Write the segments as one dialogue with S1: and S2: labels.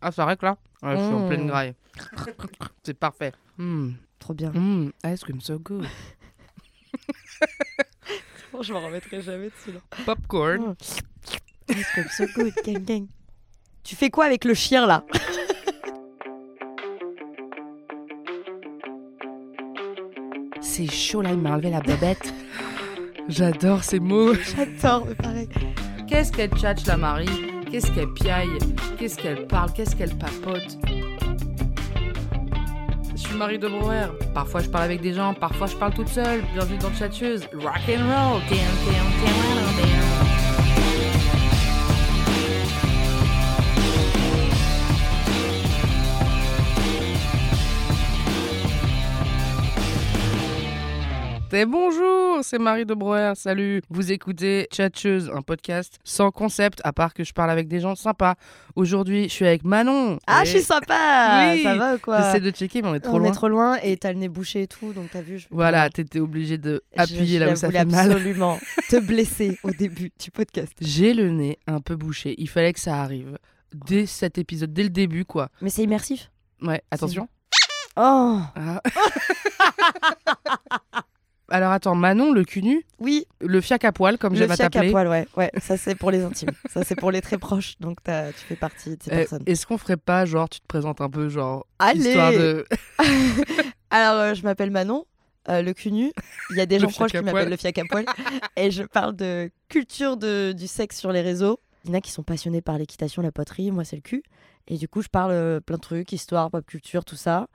S1: Ah, ça arrête là Ouais, Je suis en
S2: Mm.
S3: Oh.
S1: pleine graille. C'est parfait.
S3: Hmm,
S1: Mm.
S2: Trop bien.
S1: Mm. Ice cream so good.
S2: Je m'en remettrai jamais dessus. là.
S1: Popcorn.
S2: Mm. Ice cream so good, gang gang. Tu fais quoi avec le chien là
S3: C'est chaud là, il m'a enlevé la bobette.
S1: J'adore ces mots.
S2: J'adore, mais pareil.
S1: Qu'est-ce qu'elle tchatche la Marie Qu'est-ce qu'elle piaille Qu'est-ce qu'elle parle Qu'est-ce qu'elle papote Je suis Marie de Brouwer. Parfois je parle avec des gens, parfois je parle toute seule. Bienvenue dans Tchatcheuse. Rock and roll. Tiens, tiens, tiens, voilà, tiens. Et bonjour, c'est Marie de Brouwer, salut. Vous écoutez Tchatcheuse, un podcast sans concept, à part que je parle avec des gens sympas. Aujourd'hui, je suis avec Manon.
S2: Ah,
S1: Et
S2: je suis sympa
S1: Oui.
S2: Ça va ou quoi
S1: J'essaie de checker, mais on est trop
S2: on
S1: loin.
S2: est trop loin et t'as le nez bouché et tout, donc t'as vu. Je...
S1: Voilà, t'étais obligé de
S2: Je-
S1: appuyer
S2: je
S1: là
S2: la
S1: où ça
S2: voulais
S1: fait mal.
S2: Absolument. Te blesser au début du podcast.
S1: J'ai le nez un peu bouché. Il fallait que ça arrive. Dès cet épisode, dès le début, quoi.
S2: Mais c'est immersif.
S1: Ouais, attention.
S2: Oh
S1: Ah. Alors attends, Manon, le cul nu,
S2: Oui,
S1: le fiac à poil, comme
S2: le
S1: j'aime à
S2: fiac à
S1: t'appeler.
S2: poil, ouais. ouais. Ça, c'est pour les intimes. Ça, c'est pour les très proches. Donc, t'as- tu fais partie de ces
S1: Euh,
S2: personnes.
S1: Est-ce qu'on ferait pas, genre, tu te présentes un peu, genre,
S2: Allez
S1: histoire de.
S2: Alors, euh, je m'appelle Manon, euh, le cul nu. Il y a des
S1: Le
S2: gens
S1: fiac
S2: proches
S1: à
S2: qui
S1: poil.
S2: m'appellent le fiac à poil. et je parle de culture de, du sexe sur les réseaux. Il y en a qui sont passionnés par l'équitation, la poterie. Moi, c'est le cul. Et du coup, je parle euh, plein de trucs, histoire, pop culture, tout ça.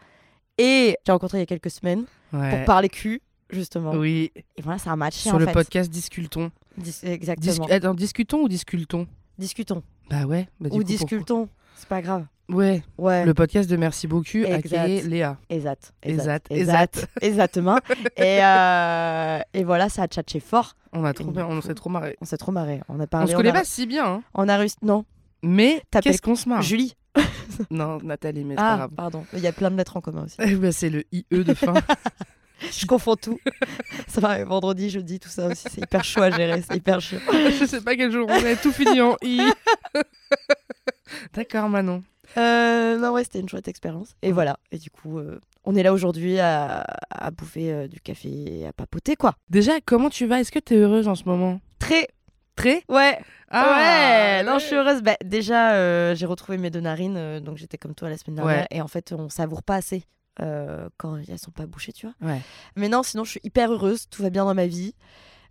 S2: Et j'ai rencontré il y a quelques semaines pour
S1: Ouais.
S2: parler cul, justement.
S1: Oui,
S2: Et voilà, ça a matché
S1: sur
S2: en
S1: le
S2: fait.
S1: podcast Discultons.
S2: Dis-
S1: Dis-
S2: Exactement.
S1: Attends, discutons ou discultons
S2: Discutons.
S1: Bah ouais. bah du
S2: Ou
S1: coup, pourquoi-
S2: discutons. C'est pas grave.
S1: Ouais,
S2: Ouais.
S1: le podcast de Merci beaucoup, à
S2: Exact.
S1: Léa.
S2: Exact.
S1: Exact,
S2: Exact. Exactement. et, euh, et voilà, ça a tchatché fort.
S1: On a trop,
S2: Et du
S1: on
S2: coup-
S1: s'est trop marré.
S2: On s'est trop marré. On a parlé.
S1: On se connaît
S2: a-
S1: pas si bien, hein.
S2: On a réussi. Non,
S1: Mais
S2: T'appelles-
S1: qu'est-ce qu'on se marre
S2: Julie.
S1: Non, Nathalie, mais Ah. c'est pas
S2: Ah,
S1: grave.
S2: pardon. Il y a plein de lettres en commun aussi.
S1: Eh ben, c'est le IE de fin.
S2: Je confonds tout. ça va, vendredi, jeudi, tout ça aussi. C'est hyper chaud à gérer. C'est hyper chaud.
S1: Je sais pas quel jour on est, tout fini en I. D'accord, Manon.
S2: Euh, non, ouais, c'était une chouette expérience. Et voilà. Et du coup, euh, on est là aujourd'hui à, à bouffer euh, du café, et à papoter, quoi.
S1: Déjà, comment tu vas Est-ce que t'es heureuse en ce moment
S2: Très.
S1: Très
S2: Ouais. ouais.
S1: Ah,
S2: Non, je suis heureuse. Bah, déjà, euh, j'ai retrouvé mes deux narines. euh, donc, j'étais comme toi la semaine dernière.
S1: Ouais.
S2: Et en fait, on savoure pas assez. euh, quand elles sont pas bouchées, tu vois.
S1: Ouais.
S2: Mais non, sinon, je suis hyper heureuse. Tout va bien dans ma vie.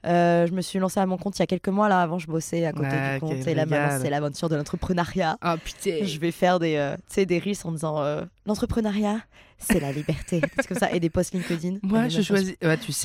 S2: Euh, je me suis lancée à mon compte il y a quelques mois. Là, avant, je bossais à côté
S1: Ouais,
S2: du compte.
S1: Ah, quelle
S2: Et là, maintenant,
S1: régal.
S2: c'est l'aventure de l'entrepreneuriat.
S1: Ah putain.
S2: Je vais faire des, euh, tu sais, des reels en disant euh, l'entrepreneuriat, c'est la liberté. c'est comme ça. Et des posts LinkedIn.
S1: Moi,
S2: Et
S1: je
S2: des machins.
S1: choisis. Ouais, tu sais.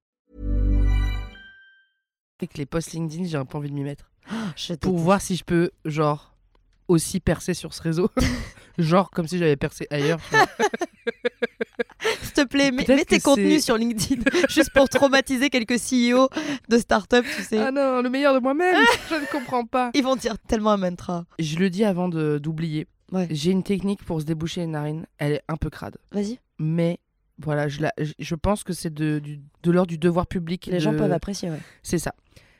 S1: que les posts LinkedIn, j'ai un peu envie de m'y mettre.
S2: Oh, Je
S1: Pour
S2: déteste.
S1: voir si je peux, genre, aussi percer sur ce réseau. genre, comme si j'avais percé ailleurs. tu vois.
S2: S'il te plaît, mets,
S1: Peut-être
S2: mets tes
S1: que
S2: contenus
S1: c'est-
S2: sur LinkedIn juste pour traumatiser quelques CEO de start-up, tu sais.
S1: ah non, le meilleur de moi-même. je ne comprends pas.
S2: Ils vont dire tellement un mantra.
S1: Je le dis avant de- d'oublier.
S2: Ouais.
S1: J'ai une technique pour se déboucher les narines. Elle est un peu crade.
S2: Vas-y,
S1: mais voilà, je, la- je- je pense que c'est de, du- de l'ordre du devoir public.
S2: les
S1: de-
S2: gens peuvent apprécier, ouais.
S1: C'est ça.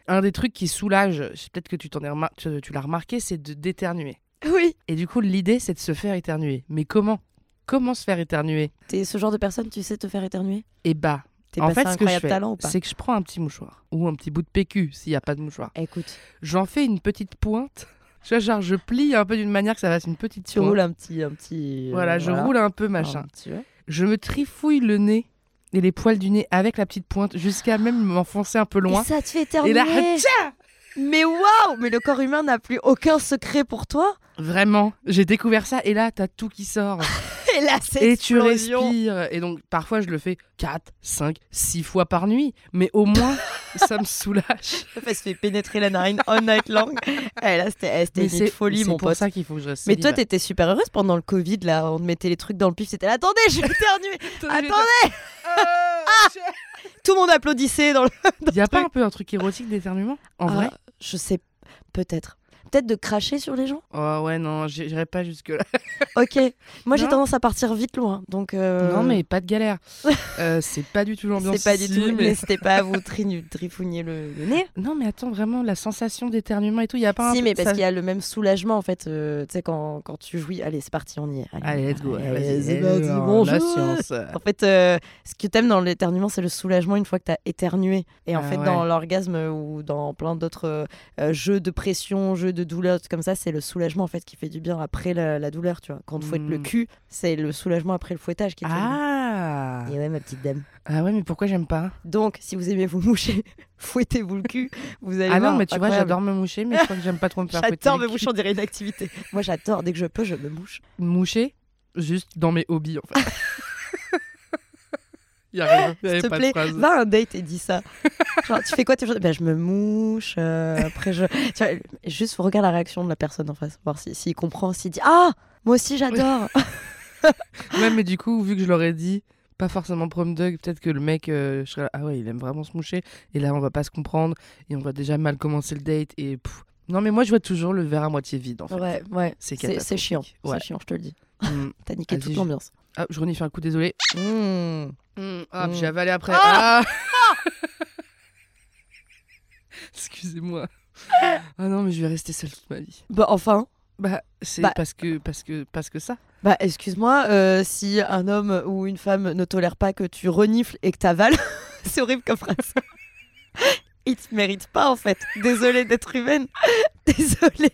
S1: Un des trucs qui soulage, je- peut-être que tu t'en es remar- tu, tu l'as remarqué, c'est de d'éternuer.
S2: Oui.
S1: Et du coup, l'idée, c'est de se faire éternuer. Mais comment Comment se faire éternuer
S2: T'es ce genre de personne, tu sais te faire éternuer
S1: Et bah,
S2: T'es
S1: en
S2: passé
S1: fait,
S2: un
S1: ce que je
S2: incroyable
S1: fais,
S2: talent ou pas
S1: c'est que je prends un petit mouchoir ou un petit bout de PQ s'il n'y a pas de mouchoir.
S2: Écoute,
S1: J'en fais une petite pointe. Tu vois, genre, je plie un peu d'une manière que ça fasse une petite
S2: tu
S1: pointe.
S2: roules un petit. Un petit euh,
S1: Voilà, je roule un peu,
S2: Un
S1: machin.
S2: petit, ouais.
S1: Je me trifouille le nez et les poils du nez avec la petite pointe jusqu'à même
S2: Ah.
S1: m'enfoncer un peu loin.
S2: Et ça te fait
S1: Et
S2: éternuer
S1: là, tcha
S2: Mais waouh Mais le corps humain n'a plus aucun secret pour toi
S1: vraiment, j'ai découvert ça et là, t'as tout qui sort.
S2: Et là, c'est
S1: Et tu
S2: explosion.
S1: respires. Et donc, parfois, je le fais 4, 5, 6 fois par nuit. Mais au moins, ça me soulage.
S2: La meuf, Elle se fait pénétrer la narine all night long. Eh, là, c'était eh, c'était
S1: Mais
S2: une nuit de folie,
S1: c'est
S2: mon
S1: pour
S2: pote.
S1: ça qu'il faut que je reste
S2: Mais toi,
S1: célibataire.
S2: t'étais super heureuse pendant le Covid, là. On te mettait les trucs dans le pif. C'était là, attendez, je vais éternuer. attendez
S1: Ah,
S2: Tout le monde applaudissait dans le.
S1: Il n'y a pas un peu un truc érotique d'éternuement En
S2: Ah,
S1: vrai
S2: Je sais, peut-être. Peut-être de cracher sur les gens
S1: Oh ouais, non, j'ai- j'irai pas jusque-là.
S2: Ok. Moi, j'ai
S1: Non.
S2: tendance à partir vite loin. Donc. euh,
S1: Non, mais pas de galère. Euh, c'est pas du tout l'ambiance.
S2: C'est pas du
S1: ici,
S2: tout.
S1: mais-
S2: N'hésitez pas à vous trinu- trifouiller le, le nez.
S1: Non, mais attends, vraiment, la sensation d'éternuement et tout, il n'y a pas un.
S2: Si, mais parce
S1: ça-
S2: qu'il y a le même soulagement en fait. euh, tu sais, quand, quand tu jouis, allez, c'est parti, on y est.
S1: Ah, Allez, let's go.
S2: allez,
S1: Vas-y,
S2: c'est
S1: let's
S2: parti,
S1: go,
S2: bonjour.
S1: La science.
S2: En fait, euh, ce que t'aimes dans l'éternuement, c'est le soulagement une fois que t'as éternué. Et en
S1: Ah
S2: fait,
S1: ouais.
S2: dans l'orgasme euh, ou dans plein d'autres euh, euh, jeux de pression, jeux de douleur, comme ça, c'est le soulagement en fait qui fait du bien après la, la douleur, tu vois. Quand on te fouette le
S1: Mm.
S2: cul, c'est le soulagement après le fouettage qui est
S1: Ah
S2: Et ouais, ma petite dame.
S1: Ah ouais, mais pourquoi j'aime pas
S2: Donc, si vous aimez vous moucher, fouettez-vous le cul. Vous allez
S1: Ah non,
S2: voir,
S1: mais tu vois,
S2: incroyable.
S1: j'adore me moucher, mais je crois que j'aime pas trop me faire fouetter
S2: J'adore
S1: le
S2: me moucher, on dirait une activité. Moi, j'adore. Dès que je peux, je me mouche.
S1: cul. Moucher, juste dans mes hobbies, en fait. Il y a rien, il y
S2: S'il
S1: avait
S2: te
S1: pas
S2: plaît,
S1: de phrase.
S2: va à un date et dis ça. Genre, tu fais quoi tes journées Ben, je me mouche. euh, après, je. Tu vois, juste, regarde la réaction de la personne en face. Voir si- s'il comprend, s'il dit Ah, moi aussi, j'adore.
S1: Ouais, mais du coup, vu que je leur ai dit, pas forcément prom dog, peut-être que le mec, euh, je serais là, ah ouais, il aime vraiment se moucher, et là, on va pas se comprendre, et on va déjà mal commencer le date, et pff. Non, mais moi, je vois toujours le verre à moitié vide, en fait.
S2: ouais, ouais.
S1: C'est
S2: C'est c'est
S1: catastrophique.
S2: chiant.
S1: Ouais.
S2: C'est chiant, je te le dis.
S1: Mm.
S2: T'as niqué
S1: Vas-y,
S2: toute
S1: je-
S2: l'ambiance.
S1: Ah, je renifle un coup, désolé.
S2: Mmh.
S1: Mm, ah,
S2: Mm.
S1: j'ai avalé après. Ah Excusez-moi. Ah non, mais je vais rester seule toute ma vie.
S2: Bah, enfin.
S1: Bah, c'est
S2: Bah.
S1: parce que parce que parce que ça.
S2: Bah, excuse-moi, euh, si un homme ou une femme ne tolère pas que tu renifles et que t'avales, c'est horrible comme phrase. Il te mérite pas, en fait. Désolée d'être humaine. Désolée.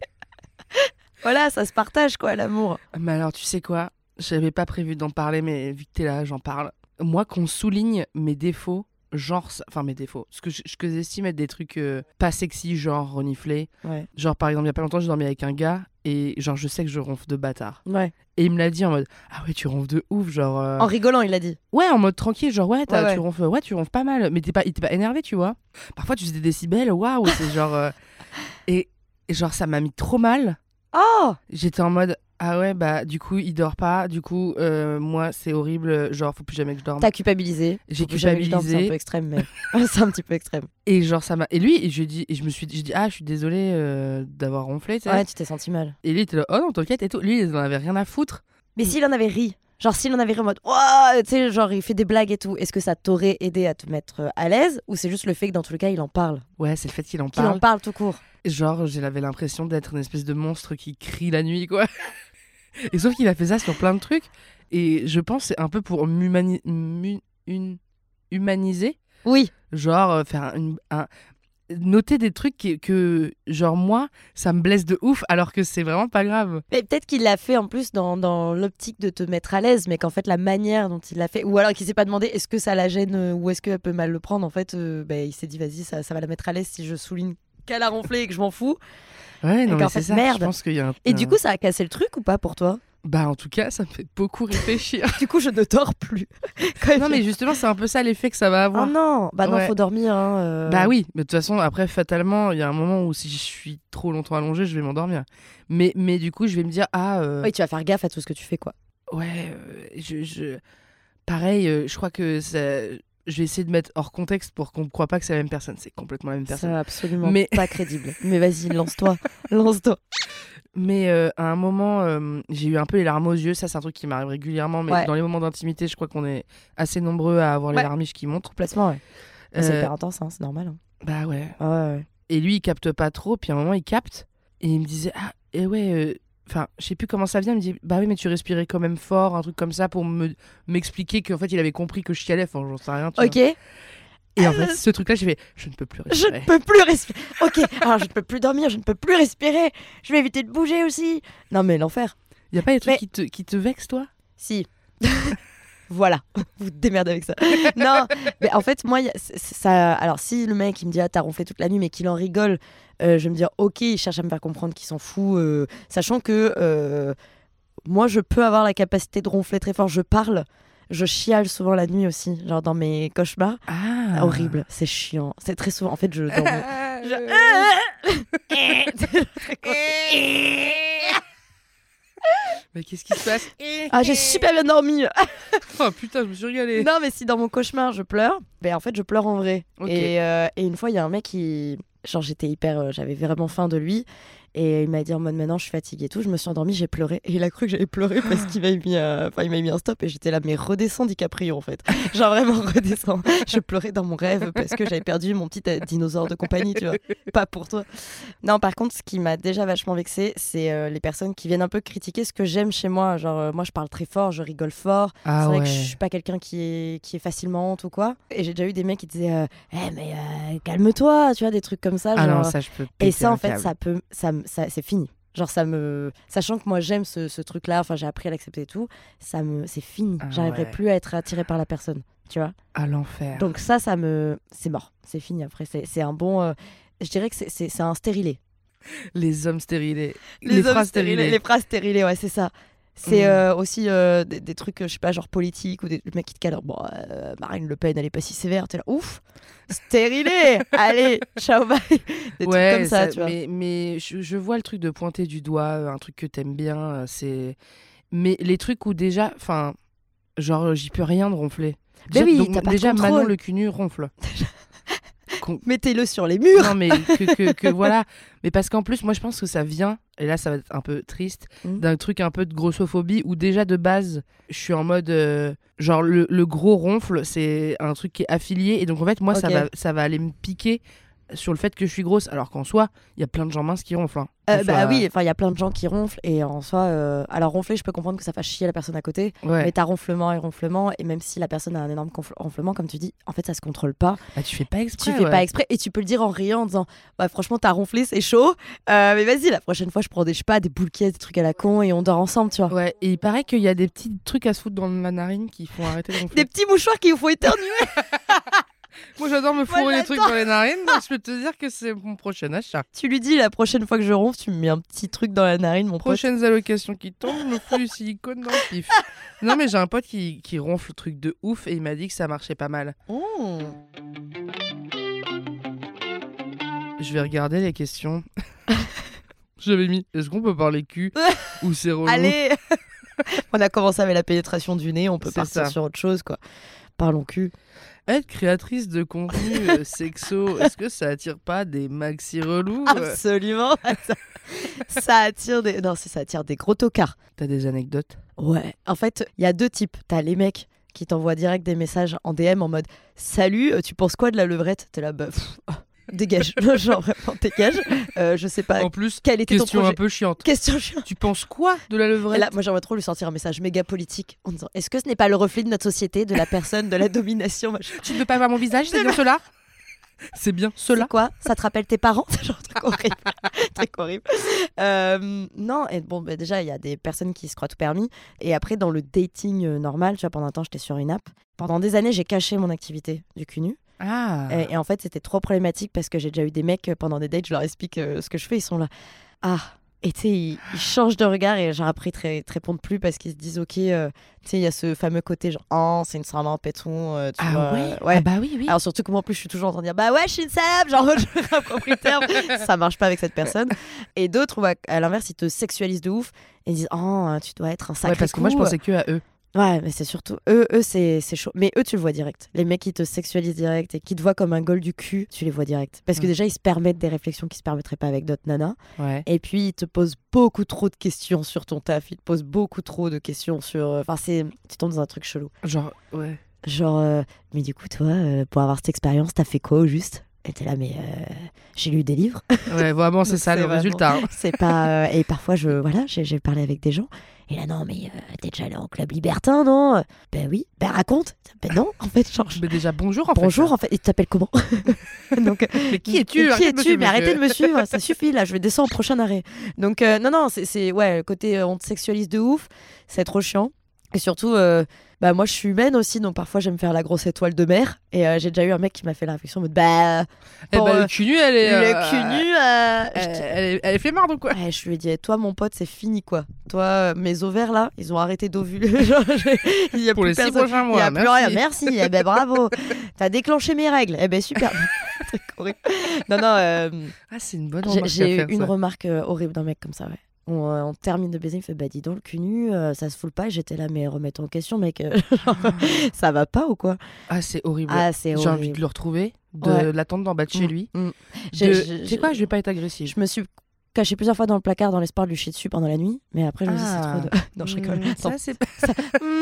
S2: Voilà, ça se partage, quoi, l'amour.
S1: Mais alors, tu sais quoi J'avais pas prévu d'en parler, mais vu que t'es là, j'en parle. Moi, qu'on souligne mes défauts, genre, ça- enfin mes défauts, ce que je, ce que j'estime être des trucs euh, pas sexy, genre renifler.
S2: Ouais.
S1: Genre, par exemple, il y a pas longtemps, je dormais avec un gars et genre, je sais que je ronfle de bâtard.
S2: Ouais.
S1: Et il me l'a dit en mode, ah ouais, tu ronfles de ouf, genre. euh,
S2: En rigolant, il a dit.
S1: Ouais, en mode tranquille, genre ouais, t'as-
S2: Ouais, ouais.
S1: tu ronfles, ouais, tu ronfles pas mal, mais t'es pas, il t'est pas énervé, tu vois. Parfois, tu faisais des décibels, waouh, c'est genre euh, et, et genre ça m'a mis trop mal.
S2: Oh
S1: J'étais en mode ah ouais bah du coup il dort pas, du coup euh, moi c'est horrible, genre faut plus jamais que je dorme.
S2: T'as culpabilisé.
S1: J'ai
S2: Faut jamais que je dorme, C'est un
S1: culpabilisé
S2: peu extrême, mais. c'est un petit peu extrême.
S1: et genre ça m'a et lui et je lui ai dit et je me suis dit, j'ai dit ah je suis désolée euh, d'avoir ronflé, tu sais.
S2: Ouais, tu t'es senti mal. Mm.
S1: Et lui il était là oh non t'inquiète et tout, lui il en avait rien à foutre.
S2: Mais s'il en avait ri, genre s'il en avait ri en mode Ouah tu sais, genre il fait des blagues et tout, est-ce que ça t'aurait aidé à te mettre euh, à l'aise ou c'est juste le fait que dans tous les cas il en parle
S1: Ouais, c'est le fait qu'il en
S2: Qu'il
S1: parle.
S2: en parle tout court.
S1: Genre, j'avais l'impression d'être une espèce de monstre qui crie la nuit, quoi. Et sauf qu'il a fait ça sur plein de trucs. Et je pense que c'est un peu pour m'humani- m'hu- une- humaniser.
S2: Oui.
S1: Genre, euh, faire une- un. Noter des trucs qui- que, genre, moi, ça me blesse de ouf, alors que c'est vraiment pas grave.
S2: Mais peut-être qu'il l'a fait en plus dans, dans l'optique de te mettre à l'aise, mais qu'en fait la manière dont il l'a fait, ou alors qu'il s'est pas demandé est-ce que ça la gêne euh, ou est-ce qu'elle peut mal le prendre, en fait euh, ben, il s'est dit vas-y ça, ça va la mettre à l'aise si je souligne qu'elle a ronflé et que je m'en fous.
S1: Ouais, non,
S2: qu'en
S1: mais
S2: fait,
S1: c'est ça.
S2: merde.
S1: Je pense qu'il y a un.
S2: Et
S1: un-
S2: du coup ça a cassé le truc ou pas pour toi
S1: Bah, en tout cas, ça me fait beaucoup réfléchir.
S2: Du coup je ne dors plus. Quand
S1: non, mais justement, c'est un peu ça l'effet que ça va
S2: Oh
S1: avoir.
S2: non, bah non,
S1: Ouais.
S2: faut dormir. Hein, euh.
S1: Bah oui, mais de toute façon, après, fatalement, il y a un moment où si je suis trop longtemps allongée, je vais m'endormir. Mais, mais du coup, je vais me dire, ah, euh,
S2: Oui, tu vas faire gaffe à tout ce que tu fais, quoi.
S1: ouais, euh, je, je- Pareil, euh, je crois que ça... je vais essayer de mettre hors contexte pour qu'on ne croit pas que c'est la même personne. C'est complètement la même personne.
S2: C'est absolument
S1: Mais-
S2: pas crédible. Mais vas-y, lance-toi, lance-toi.
S1: Mais euh, à un moment, euh, j'ai eu un peu les larmes aux yeux. Ça, c'est un truc qui m'arrive régulièrement. Mais
S2: Ouais.
S1: dans les moments d'intimité, je crois qu'on est assez nombreux à avoir les
S2: Ouais.
S1: larmiches qui montent.
S2: Complètement, ouais. Mais C'est
S1: Euh,
S2: hyper intense, hein, c'est normal. hein.
S1: bah ouais.
S2: Ah ouais, ouais.
S1: Et lui, il capte pas trop. Puis à un moment, il capte. Et il me disait, ah, et ouais, euh, enfin, je sais plus comment ça vient. Il me dit, bah oui, mais tu respirais quand même fort, un truc comme ça, pour me m'expliquer qu'en fait, il avait compris que je chialais. Enfin, j'en sais rien. tu vois.
S2: Ok,
S1: Et en fait, ce truc-là, j'ai fait, je ne peux plus
S2: je
S1: respirer.
S2: ne peux plus respirer. Ok, alors je ne peux plus dormir, je ne peux plus respirer. Je vais éviter de bouger aussi. Non, mais l'enfer.
S1: Y a pas des trucs
S2: Mais-
S1: qui, te, qui te vexent, toi
S2: Si. voilà, vous démerdez avec ça. non, mais en fait, moi, y a- c- c- ça. Alors, si le mec, il me dit, ah, t'as ronflé toute la nuit, mais qu'il en rigole, euh, je vais me dire, ok, il cherche à me faire comprendre qu'il s'en fout, euh, sachant que. euh, moi, je peux avoir la capacité de ronfler très fort. Je parle. Je chiale souvent la nuit aussi, genre dans mes cauchemars.
S1: Ah.
S2: Horrible, c'est chiant. C'est très souvent. En fait, je. dans mon-
S1: Mais qu'est-ce qui se passe
S2: Ah, j'ai super bien dormi.
S1: Oh putain, je me suis régalée.
S2: Non, mais si dans mon cauchemar je pleure, ben en fait je pleure en vrai.
S1: Ok.
S2: Et, euh, et une fois, il y a un mec qui. Genre, j'étais hyper. euh, j'avais vraiment faim de lui. Et il m'a dit en mode maintenant je suis fatiguée et tout. Je me suis endormie, j'ai pleuré. Et il a cru que j'avais pleuré parce qu'il m'avait mis, euh, enfin, il m'avait mis un stop. Et j'étais là, mais redescends DiCaprio en fait. Genre vraiment redescends. je pleurais dans mon rêve parce que j'avais perdu mon petit euh, dinosaure de compagnie, tu vois. Pas pour toi. Non, par contre, ce qui m'a déjà vachement vexée, c'est euh, les personnes qui viennent un peu critiquer ce que j'aime chez moi. Genre, euh, moi je parle très fort, je rigole fort
S1: Ah
S2: c'est vrai
S1: ouais.
S2: que je suis pas quelqu'un qui est, qui est facilement honte ou quoi. Et j'ai déjà eu des mecs qui disaient euh, Eh, mais euh, calme-toi, tu vois, des trucs comme ça.
S1: Ah non,
S2: genre.
S1: ça je peux.
S2: et
S1: péter
S2: ça,
S1: un
S2: en fait,
S1: câble.
S2: ça peut, ça, me- ça- c'est fini. Genre, ça me. Sachant que moi, j'aime ce, ce truc-là, enfin, j'ai appris à l'accepter et tout, ça me. C'est fini.
S1: Ah
S2: J'arriverai
S1: ouais.
S2: plus à être attirée par la personne, tu vois.
S1: À l'enfer.
S2: Donc, ça, ça me. C'est mort. C'est fini après. C'est c'est un bon. euh, Je dirais que c'est- c'est c'est un stérilé.
S1: Les hommes stérilés.
S2: hommes
S1: phrases
S2: stérilés,
S1: stérilées.
S2: Les phrases stérilées, ouais, c'est ça. C'est
S1: Mm.
S2: euh, aussi euh, des, des trucs, euh, je sais pas, genre politique ou des le mec qui te calent. Bon, euh, Marine Le Pen, elle est pas si sévère. T'es là, ouf, stérilé, allez, ciao, bye. Des
S1: ouais,
S2: trucs comme ça, tu vois.
S1: Mais, mais je, je vois le truc de pointer du doigt, euh, un truc que t'aimes bien, euh, c'est. Mais les trucs où déjà, enfin, genre euh, j'y peux rien de ronfler.
S2: Mais
S1: Déjà,
S2: Ben oui,
S1: donc,
S2: t'as pas de
S1: déjà Manon
S2: contrôle.
S1: le cunu ronfle. Con-
S2: Mettez-le sur les murs.
S1: Non mais que, que- que voilà, mais parce qu'en plus moi je pense que ça vient et là ça va être un peu triste
S2: Mhm.
S1: d'un truc un peu de grossophobie où déjà de base je suis en mode euh, genre le, le gros ronfle c'est un truc qui est affilié et donc en fait moi ça
S2: Ok.
S1: va ça va aller me piquer sur le fait que je suis grosse alors qu'en soi il y a plein de gens minces qui ronflent. hein.
S2: Euh,
S1: Qu'on
S2: bah
S1: soit-
S2: oui, enfin, il y a plein de gens qui ronflent et en soi, euh, alors ronfler, je peux comprendre que ça fasse chier la personne à côté,
S1: Ouais.
S2: mais t'as ronflement et ronflement, et même si la personne a un énorme conf- ronflement, comme tu dis, en fait, ça se contrôle pas.
S1: Bah, tu fais pas exprès.
S2: tu fais
S1: ouais.
S2: pas exprès et tu peux le dire en riant en disant bah franchement t'as ronflé c'est chaud Euh, mais vas-y la prochaine fois je prends des je sais pas des boules caisses, des trucs à la con et on dort ensemble tu vois
S1: Ouais, et il paraît qu'il y a des petits trucs à se foutre dans la narine qui font arrêter de ronfler.
S2: des petits mouchoirs qu'il faut éternuer
S1: Moi j'adore me fourrer les
S2: j'adore.
S1: trucs dans les narines, donc je peux te dire que c'est mon prochain achat.
S2: tu lui dis la prochaine fois que je ronfle tu me mets un petit truc dans la narine mon proche
S1: Prochaines allocations qui tombent, je me fous du silicone dans le pif. Non mais j'ai un pote qui, qui ronfle le truc de ouf et il m'a dit que ça marchait pas mal. Oh. Je vais regarder les questions. J'avais mis, est-ce qu'on peut parler cul ou c'est relou
S2: allez on a commencé avec la pénétration du nez on peut
S1: C'est
S2: partir
S1: ça.
S2: sur autre chose quoi parlons cul
S1: Être créatrice de contenu euh, sexo, est-ce que ça attire pas des maxi relous
S2: Ah,
S1: euh
S2: absolument ça, ça attire des non c'est ça attire des gros tocards
S1: T'as des anecdotes
S2: Ouais. En fait, il y a deux types. T'as les mecs qui t'envoient direct des messages en DM en mode Salut, euh, tu penses quoi de la levrette T'es là, bah, pff, ah, dégage. Genre, vraiment, dégage. Euh, je sais pas.
S1: En plus,
S2: Quel était ton
S1: question
S2: projet
S1: un peu chiante.
S2: Question chiante.
S1: Tu penses quoi de la
S2: Et
S1: levrette
S2: Là, moi, j'aimerais trop lui sortir un message méga politique en disant Est-ce que ce n'est pas le reflet de notre société, de la personne, de la domination machin
S1: Tu ne veux pas voir mon visage, c'est bien cela C'est bien cela
S2: C'est quoi Ça te rappelle tes parents C'est genre un truc horrible. truc horrible. Euh, non, et bon, bah, déjà, il y a des personnes qui se croient tout permis. Et après, dans le dating euh, normal, tu vois, pendant un temps, j'étais sur une app. Pendant des années, j'ai caché mon activité du cunu.
S1: Ah
S2: Et, et en fait, c'était trop problématique parce que j'ai déjà eu des mecs euh, pendant des dates, je leur explique euh, ce que je fais, ils sont là. Ah et tu sais, ils, ils changent de regard et genre après, ils te, ré- te répondent plus parce qu'ils se disent, ok, euh, tu sais, il y a ce fameux côté genre, oh, c'est une salope et tout. euh, tu vois,
S1: Ah oui
S2: ouais.
S1: Ah bah oui, oui.
S2: Alors surtout que moi en plus je suis toujours en train de dire bah ouais je suis une salope, genre je m'approprie le terme, ça marche pas avec cette personne. Et d'autres, ouais, à l'inverse, ils te sexualisent de ouf et ils disent oh tu dois être un sacré
S1: Ouais, parce que moi je
S2: coup.
S1: pensais que à eux.
S2: Ouais mais c'est surtout eux, eux c'est c'est chaud. Mais eux tu le vois direct. Les mecs qui te sexualisent direct et qui te voient comme un goal du cul, tu les vois direct. Parce que
S1: Ouais.
S2: déjà ils se permettent des réflexions qui se permettraient pas avec d'autres nanas.
S1: Ouais.
S2: Et puis ils te posent beaucoup trop de questions sur ton taf, ils te posent beaucoup trop de questions sur. euh, Enfin c'est tu tombes dans un truc chelou.
S1: Genre, ouais.
S2: Genre, euh, mais du coup, toi, euh, pour avoir cette expérience, t'as fait quoi au juste Et t'es là, mais euh, j'ai lu des livres.
S1: Ouais, vraiment, c'est ça
S2: C'est
S1: le
S2: vraiment-
S1: résultat. hein.
S2: C'est pas. euh, et parfois, je voilà, j'ai j'ai parlé avec des gens. Et là, non, mais euh, t'es déjà allé en club libertin, non Ben oui. Ben raconte. Ben non, en fait, genre. je-
S1: Mais déjà, bonjour en fait.
S2: Bonjour, en fait. Et tu t'appelles comment Donc, euh,
S1: Mais qui es-tu
S2: mais Qui
S1: Arrêtez de me
S2: es-tu
S1: suivre,
S2: Mais arrêtez de
S1: monsieur.
S2: me suivre, ça suffit là, je vais descendre au prochain arrêt. Donc euh, non, non, c'est- c'est ouais, le côté euh, on te sexualise de ouf, c'est trop chiant. Et surtout, euh, bah moi je suis humaine aussi, donc parfois j'aime faire la grosse étoile de mer. Et euh, j'ai déjà eu un mec qui m'a fait la réflexion en mode bah.
S1: Eh
S2: pour,
S1: bah,
S2: euh,
S1: le cul nu, elle est.
S2: le
S1: euh,
S2: cul nu. euh, je
S1: Elle,
S2: dis-
S1: elle est, elle est flemmarde ou quoi
S2: Ouais, je lui ai dit, eh, toi mon pote, c'est fini quoi. Toi, euh, mes ovaires là, ils ont arrêté d'ovuler. Genre, j'ai- Il y a
S1: Pour
S2: plus
S1: les six
S2: personne.
S1: prochains
S2: Il n'y
S1: mois.
S2: a plus rien.
S1: merci.
S2: Merci. Eh ben bravo. T'as déclenché mes règles. Eh ben super. Très correct. non non. euh,
S1: Ah, c'est une bonne
S2: j'ai-
S1: remarque à
S2: J'ai eu
S1: faire,
S2: une
S1: ça.
S2: remarque euh, horrible d'un mec comme ça. Ouais. On, euh, on termine de baiser, il me fait bah dis donc le cul nu, euh, ça se foule pas. Et J'étais là mais remets-toi en question mec, Euh, genre, ça va pas ou quoi
S1: Ah, c'est horrible.
S2: Ah c'est
S1: J'ai envie de
S2: horrible.
S1: le retrouver, de
S2: Ouais.
S1: l'attendre d'en bas de chez
S2: Mm,
S1: lui.
S2: mm. J'ai- j'ai-
S1: De... Tu sais
S2: j'ai-
S1: quoi, je vais pas être agressive.
S2: Je me suis cachée plusieurs fois dans le placard dans l'espoir de lui chier dessus pendant la nuit, mais après je me dis c'est
S1: Ah.
S2: trop. de- non je rigole.
S1: Mm,
S2: Attends.
S1: Ça, c'est pas
S2: Hmm,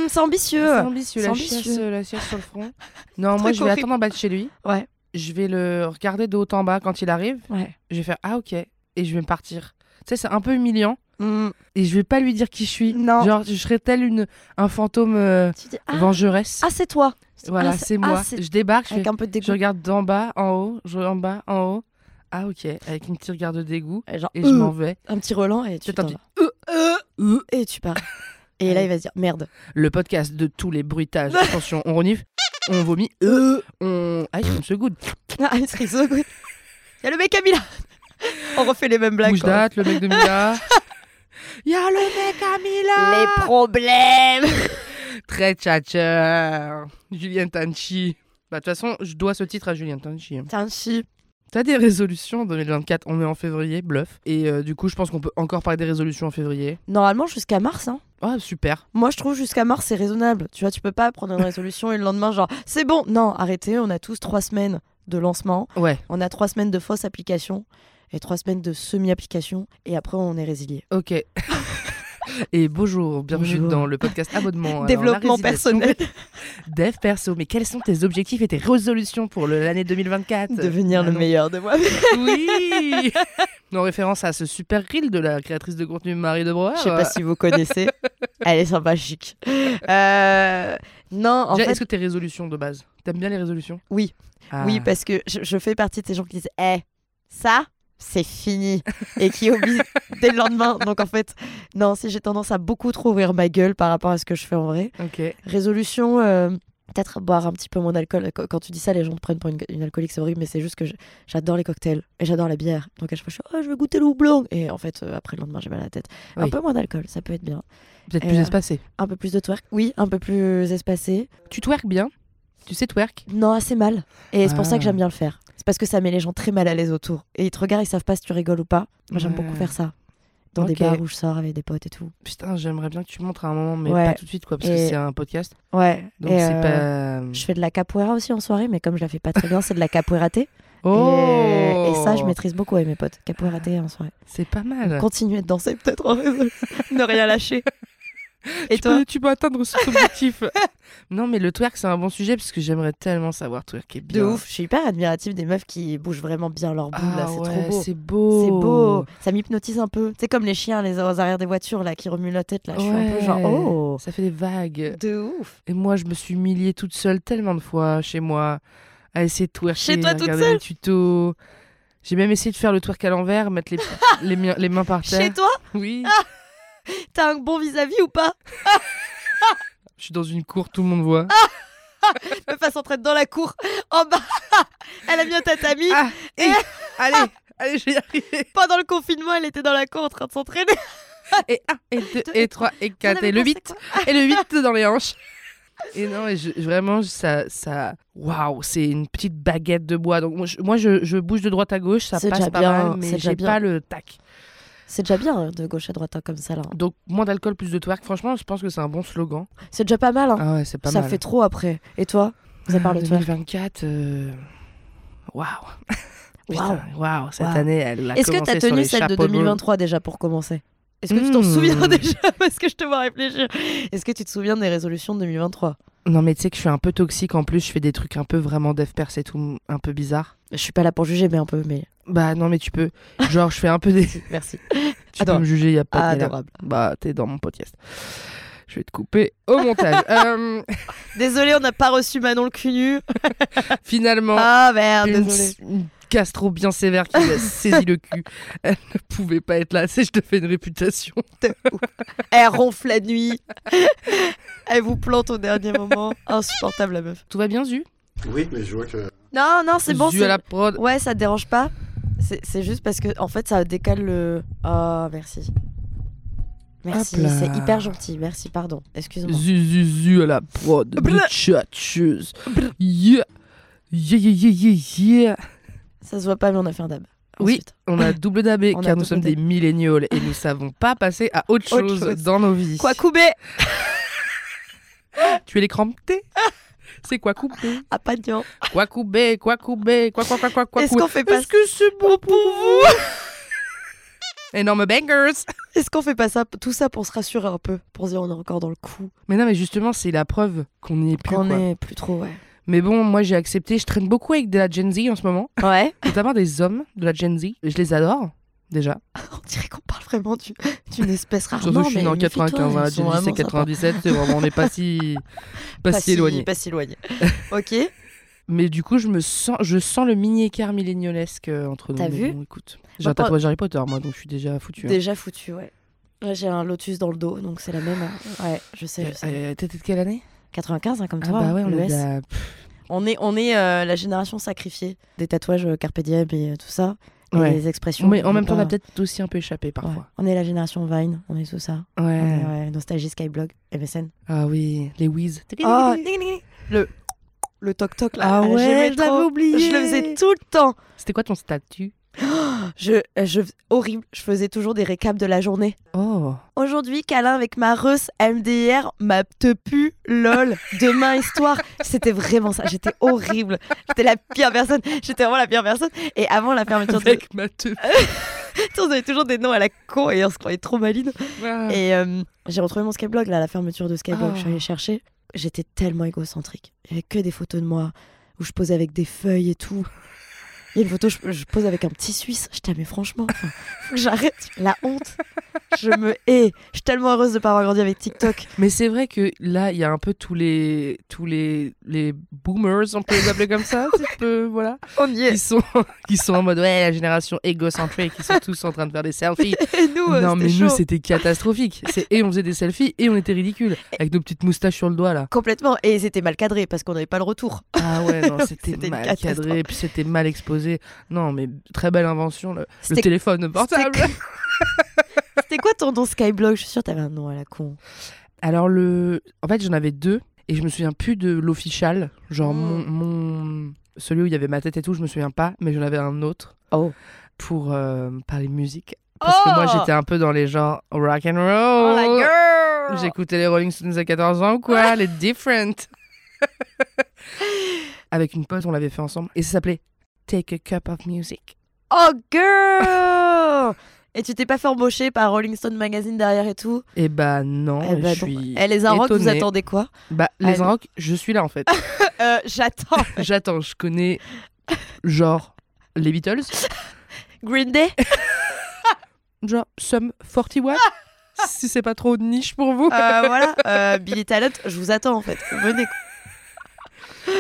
S2: c'est
S1: c'est
S2: ambitieux.
S1: ambitieux,
S2: c'est
S1: la
S2: ambitieux.
S1: chiasse, euh, la chiasse sur le front. Non,
S2: Truc
S1: moi, je vais
S2: horrible.
S1: attendre en bas de chez lui.
S2: Ouais.
S1: Je vais le regarder de haut en bas quand il arrive.
S2: Ouais.
S1: Je vais faire Ah, ok. Et je vais me partir. Tu sais, c'est un peu humiliant.
S2: Mmh.
S1: Et je vais pas lui dire qui je suis.
S2: Non.
S1: Genre, je serais telle une, un fantôme euh,
S2: Tu dis ah,
S1: vengeresse.
S2: ah, c'est toi.
S1: voilà,
S2: Ah,
S1: c'est
S2: ah,
S1: moi.
S2: c'est-
S1: je débarque, je,
S2: Avec
S1: fais-
S2: un peu de
S1: je
S2: dégoût.
S1: regarde d'en bas, en haut, je en bas, en haut. Ah, ok. Avec une petite regard de dégoût.
S2: Et genre,
S1: Et je
S2: euh,
S1: m'en vais.
S2: un petit relent et tu
S1: C'est un
S2: t'en
S1: petit-
S2: vas. Et tu pars. Et là, il va se dire merde.
S1: euh, Le podcast de tous les bruitages. Attention, on renifle, on vomit, on. Ah, on se goûde.
S2: Ah, il serait so good. Il y a le mec à Milan. On refait les mêmes blagues.
S1: Bouge
S2: quoi.
S1: date, le mec de Mila. Y'a le mec à Mila
S2: Les problèmes.
S1: Très tchatcheur. Julien Tanchi. Bah, de toute façon, je dois ce titre à Julien Tanchi. hein.
S2: T'es un chi.
S1: T'as des résolutions en 2024, on est en février, bluff. Et euh, du coup, je pense qu'on peut encore parler des résolutions en février.
S2: Normalement, jusqu'à mars. Hein.
S1: Ah, super.
S2: Moi, je trouve jusqu'à mars, c'est raisonnable. Tu vois, tu peux pas prendre une résolution et le lendemain, genre, c'est bon. Non, arrêtez. On a tous trois semaines de lancement.
S1: Ouais,
S2: On a trois semaines de fausse application et trois semaines de semi-application. Et après, on est résilié.
S1: ok. Et bonjour, bienvenue
S2: Bonjour.
S1: dans le podcast abonnement. Alors,
S2: Développement
S1: la résiliation-
S2: personnel.
S1: Dev perso, mais quels sont tes objectifs et tes résolutions pour le- l'année 2024
S2: Devenir
S1: Ah
S2: le
S1: non.
S2: meilleur de moi. Je
S1: Oui En référence à ce super reel de la créatrice de contenu Marie de Broer.
S2: sais pas si vous connaissez. Elle est sympathique. Euh, non, en
S1: Déjà,
S2: fait,
S1: Est-ce que tes résolutions de base T'aimes bien les résolutions
S2: Oui.
S1: Ah.
S2: oui, parce que je, je fais partie de ces gens qui disent Eh, ça, c'est fini. Et qui oublient dès le lendemain. Donc, en fait, non, si j'ai tendance à beaucoup trop ouvrir ma gueule par rapport à ce que je fais en vrai.
S1: Ok.
S2: Résolution. euh, Peut-être boire un petit peu moins d'alcool. Qu- Quand tu dis ça, les gens te prennent pour une, une alcoolique, c'est horrible, mais c'est juste que je- j'adore les cocktails et j'adore la bière. Donc à chaque fois, je suis, oh, je veux goûter le houblon. Et en fait, euh, après le lendemain, j'ai mal à la tête. Un
S1: Oui.
S2: peu moins d'alcool, ça peut être bien.
S1: Peut-être
S2: Et
S1: plus
S2: euh,
S1: espacé.
S2: un peu plus de twerk. Oui, un peu plus espacé.
S1: Tu twerk bien Tu sais twerk
S2: Non, assez mal. Et c'est pour ça
S1: Ah.
S2: que j'aime bien le faire. C'est parce que ça met les gens très mal à l'aise autour. Et ils te regardent, ils savent pas si tu rigoles ou pas. Moi, j'aime
S1: Ouais.
S2: beaucoup faire ça. Dans
S1: Ok.
S2: des bars où je sors avec des potes et tout.
S1: Putain, j'aimerais bien que tu montres à un moment, mais
S2: Ouais.
S1: pas tout de suite, quoi, parce que
S2: Et-
S1: c'est un podcast.
S2: Ouais.
S1: Donc
S2: et,
S1: c'est
S2: euh,
S1: pas.
S2: Je fais de la capoeira aussi en soirée, mais comme je la fais pas très bien, c'est de la capoeira thé.
S1: Oh
S2: euh, et... et ça, je maîtrise beaucoup avec mes potes. Capoeira thé en soirée.
S1: C'est pas mal.
S2: Continuer de danser peut-être en réseau. ne rien lâcher. Et
S1: tu,
S2: toi
S1: peux, tu peux atteindre cet objectif. non, mais le twerk, c'est un bon sujet, parce que j'aimerais tellement savoir twerker
S2: De
S1: bien.
S2: ouf, je suis hyper admirative des meufs qui bougent vraiment bien leur boule,
S1: Ah
S2: là, c'est
S1: ouais,
S2: trop beau.
S1: C'est beau.
S2: C'est beau, ça m'hypnotise un peu. C'est comme les chiens, les aux arrières des voitures là, qui remuent la tête là. Je suis un peu genre
S1: Ouais.
S2: oh,
S1: Ça fait des vagues.
S2: de ouf.
S1: Et moi, je me suis humiliée toute seule tellement de fois chez moi à essayer de twerker,
S2: Chez toi,
S1: à
S2: toute
S1: regarder
S2: seule
S1: les tutos. J'ai même essayé de faire le twerk à l'envers, mettre les, les, mi- les mains par terre.
S2: Chez toi,
S1: Oui.
S2: t'as un bon vis-à-vis ou pas
S1: Je suis dans une cour, tout le monde voit.
S2: Ah, Me fasse entrer dans la cour, en bas. Elle a mis un tatami.
S1: Ah, eh, allez, allez, je vais y arriver.
S2: Pendant le confinement, elle était dans la cour en train de s'entraîner. Ah,
S1: Et 1, et 2,
S2: Deux,
S1: et 3, et 4,
S2: avez
S1: et le
S2: pensé
S1: 8, et le 8 dans les hanches. Et non, et je- vraiment, ça. ça Waouh, c'est une petite baguette de bois. Donc, moi, je, moi, je- je bouge de droite à gauche, ça
S2: C'est
S1: passe
S2: déjà
S1: pas
S2: bien,
S1: mal,
S2: c'est
S1: mais
S2: déjà
S1: j'ai
S2: bien.
S1: pas le tac.
S2: C'est déjà bien hein, de gauche à droite hein, comme ça là.
S1: Donc moins d'alcool, plus de twerk. Franchement, je pense que c'est un bon slogan.
S2: C'est déjà pas mal. Ah, hein.
S1: Ah ouais, c'est pas
S2: ça
S1: mal.
S2: fait trop après. Et toi, ça parle de toi.
S1: 2024. euh, Waouh.
S2: Waouh.
S1: Putain, Waouh. Cette
S2: Waouh.
S1: année, elle a
S2: Est-ce que
S1: commencé
S2: t'as
S1: sur
S2: tenu
S1: les
S2: celle de
S1: chapeaux
S2: 2023 déjà pour commencer Est-ce que tu t'en
S1: Hmm.
S2: souviens déjà Parce que je te vois réfléchir. Est-ce que tu te souviens des résolutions de 2023
S1: rouges. Non, mais tu sais que je suis un peu toxique en plus. Je fais des trucs un peu vraiment dev perse et tout, un peu bizarre.
S2: Je suis pas là pour juger, mais un peu. Mais
S1: Bah non, mais tu peux. Genre, je fais un peu des.
S2: merci.
S1: tu peux
S2: Adorable.
S1: me juger, y a pas de galère.
S2: Adorable.
S1: Bah, t'es dans mon podcast. Je vais te couper au montage. Euh, Oh.
S2: Désolé, on n'a pas reçu Manon le cul nu.
S1: finalement,
S2: Ah merde,
S1: une,
S2: désolé.
S1: une gastro bien sévère qui lui a saisi le cul. Elle ne pouvait pas être là. C'est je te fais une réputation.
S2: Elle ronfle la nuit. Elle vous plante au dernier moment. Insupportable la meuf.
S1: Tout va bien, Zu
S4: Oui, mais je vois que.
S2: Non, non, c'est bon.
S1: Zu
S2: c'est-
S1: à la prod.
S2: Ouais, ça te dérange pas. C'est c'est juste parce que en fait, ça décale le. Oh, merci. Merci,
S1: Hop là.
S2: c'est hyper gentil. Merci, pardon. Excuse-moi.
S1: Zu, zu, zu à la prod.
S2: Bleu.
S1: De tchatcheuse. Yeah. Yeah, yeah, yeah, yeah, yeah.
S2: Ça se voit pas, mais on a fait un dab.
S1: Oui.
S2: Ensuite.
S1: On a double dabé
S2: On a
S1: car nous
S2: double
S1: sommes
S2: dabé.
S1: des milléniaux et nous savons pas passer à autre
S2: Autre
S1: chose,
S2: chose.
S1: dans nos vies.
S2: Quoi couper
S1: Tu es les crampetés C'est quoi couper
S2: À Pagnon.
S1: Quoi couper Quoi couper Quoi quoi quoi quoi quoi
S2: Est-ce qu'on fait pas
S1: Est-ce que c'est bon pour vous Énorme bangers
S2: Est-ce qu'on fait pas ça Tout ça pour se rassurer un peu, pour se dire on est encore dans le coup.
S1: Mais non, mais justement, c'est la preuve qu'on n'y est plus.
S2: Qu'on
S1: quoi.
S2: est plus trop, ouais.
S1: Mais bon, moi j'ai accepté. Je traîne beaucoup avec de la Gen Z en ce moment,
S2: Ouais.
S1: notamment des hommes de la Gen Z. Je les adore, déjà.
S2: On dirait qu'on parle vraiment du- d'une espèce rare.
S1: Surtout,
S2: Ah, Non,
S1: je suis
S2: mais
S1: né en
S2: méfie-toi,
S1: 95, hein, la
S2: ils sont
S1: Gen Z c'est
S2: vraiment
S1: 97, c'est vraiment, on n'est pas si, pas
S2: sympas.
S1: si éloigné.
S2: Pas si éloigné. ok.
S1: Mais du coup, je me sens, je sens le mini écart milléniolesque euh, entre nous.
S2: T'as
S1: mais
S2: vu Bah,
S1: bon, écoute, j'ai un
S2: par-
S1: tatouage Harry Potter, moi, donc je suis déjà foutu. hein.
S2: Déjà foutu, ouais. Ouais, J'ai un lotus dans le dos, donc c'est la même. hein. Ouais, je sais. je sais.
S1: Euh, T'étais de quelle année
S2: 95, hein, comme
S1: Ah
S2: toi.
S1: bah ouais,
S2: hein,
S1: on
S2: le
S1: est de
S2: S.
S1: la-
S2: On est, on est euh, la génération sacrifiée des tatouages euh, carpe diem et euh, tout ça. Et
S1: Ouais.
S2: les expressions.
S1: Mais en
S2: on
S1: même
S2: peut
S1: temps, on a
S2: pas-
S1: peut-être aussi un peu échappé
S2: Ouais.
S1: parfois.
S2: On est la génération Vine, on est tout ça.
S1: Ouais.
S2: On est, ouais, Nostalgie, Skyblog, MSN.
S1: Ah oui, les whiz.
S2: Oh, le le toc toc là.
S1: Ah
S2: à la
S1: ouais,
S2: Gmail
S1: je l'avais
S2: Pro.
S1: oublié.
S2: Je le faisais tout le temps.
S1: C'était quoi ton statut
S2: Je, je, horrible, je faisais toujours des récaps de la journée.
S1: Oh.
S2: Aujourd'hui, câlin avec ma reus, MDR, ma te pu, lol, demain histoire. C'était vraiment ça, j'étais horrible. J'étais la pire personne, j'étais vraiment la pire personne. Et avant la fermeture de...
S1: Avec ma teuf.
S2: Ah. On avait toujours des noms à la con et on se croyait trop maline.
S1: Ouais.
S2: Et euh, j'ai retrouvé mon Skyblog, là, à la fermeture de Skyblog,
S1: Ah.
S2: je suis allée chercher. J'étais tellement égocentrique. Il y avait que des photos de moi où je posais avec des feuilles et tout. Il y a une photo, je, je pose avec un petit Suisse. Je t'aimais franchement, enfin, faut que j'arrête. La honte. Je me hais. Je suis tellement heureuse de pas avoir grandi avec TikTok.
S1: Mais c'est vrai que là, il y a un peu tous les tous les les boomers, on peut les appeler comme ça, c'est un peu voilà.
S2: On y
S1: Ils sont ils sont en mode ouais, la génération égocentrique, ils sont tous en train de faire des selfies.
S2: Et nous, euh,
S1: non mais
S2: c'était
S1: nous
S2: chaud.
S1: c'était catastrophique. C'est et on faisait des selfies et on était ridicules avec nos petites moustaches sur le doigt là.
S2: Complètement. Et c'était mal cadré parce qu'on n'avait pas le retour.
S1: Ah ouais, non,
S2: C'était
S1: c'était
S2: une
S1: mal
S2: catastrophe.
S1: cadré puis c'était mal exposé. Non mais très belle invention le, le
S2: C'était-
S1: téléphone portable.
S2: C'était quoi ton nom Skyblog Je suis sûre que t'avais un nom à la con.
S1: Alors le, en fait j'en avais deux et je me souviens plus de l'official, genre
S2: Mm.
S1: mon, mon- celui où il y avait ma tête et tout, je me souviens pas, mais j'en avais un autre
S2: Oh.
S1: pour euh, parler musique parce que moi
S2: Oh
S1: j'étais un peu dans les genres rock and
S2: Oh
S1: roll.
S2: la girl
S1: J'écoutais les Rolling Stones à 14 ans ou quoi, les Different. Avec une pote on l'avait fait ensemble et ça s'appelait Take a Cup of Music.
S2: Oh girl Et tu t'es pas fait embaucher par Rolling Stone Magazine derrière et tout
S1: Et bah non,
S2: Eh bah,
S1: je
S2: donc,
S1: suis.
S2: Eh, les Inrocks, vous
S1: étonnée.
S2: attendez quoi
S1: Bah les
S2: Allez.
S1: rock, je suis là en fait.
S2: Euh, J'attends.
S1: J'attends, je connais genre les Beatles,
S2: Green Day
S1: genre Sum 41, si c'est pas trop niche pour vous.
S2: Euh, Voilà. Euh, Billy Talent, je vous attends en fait. Venez.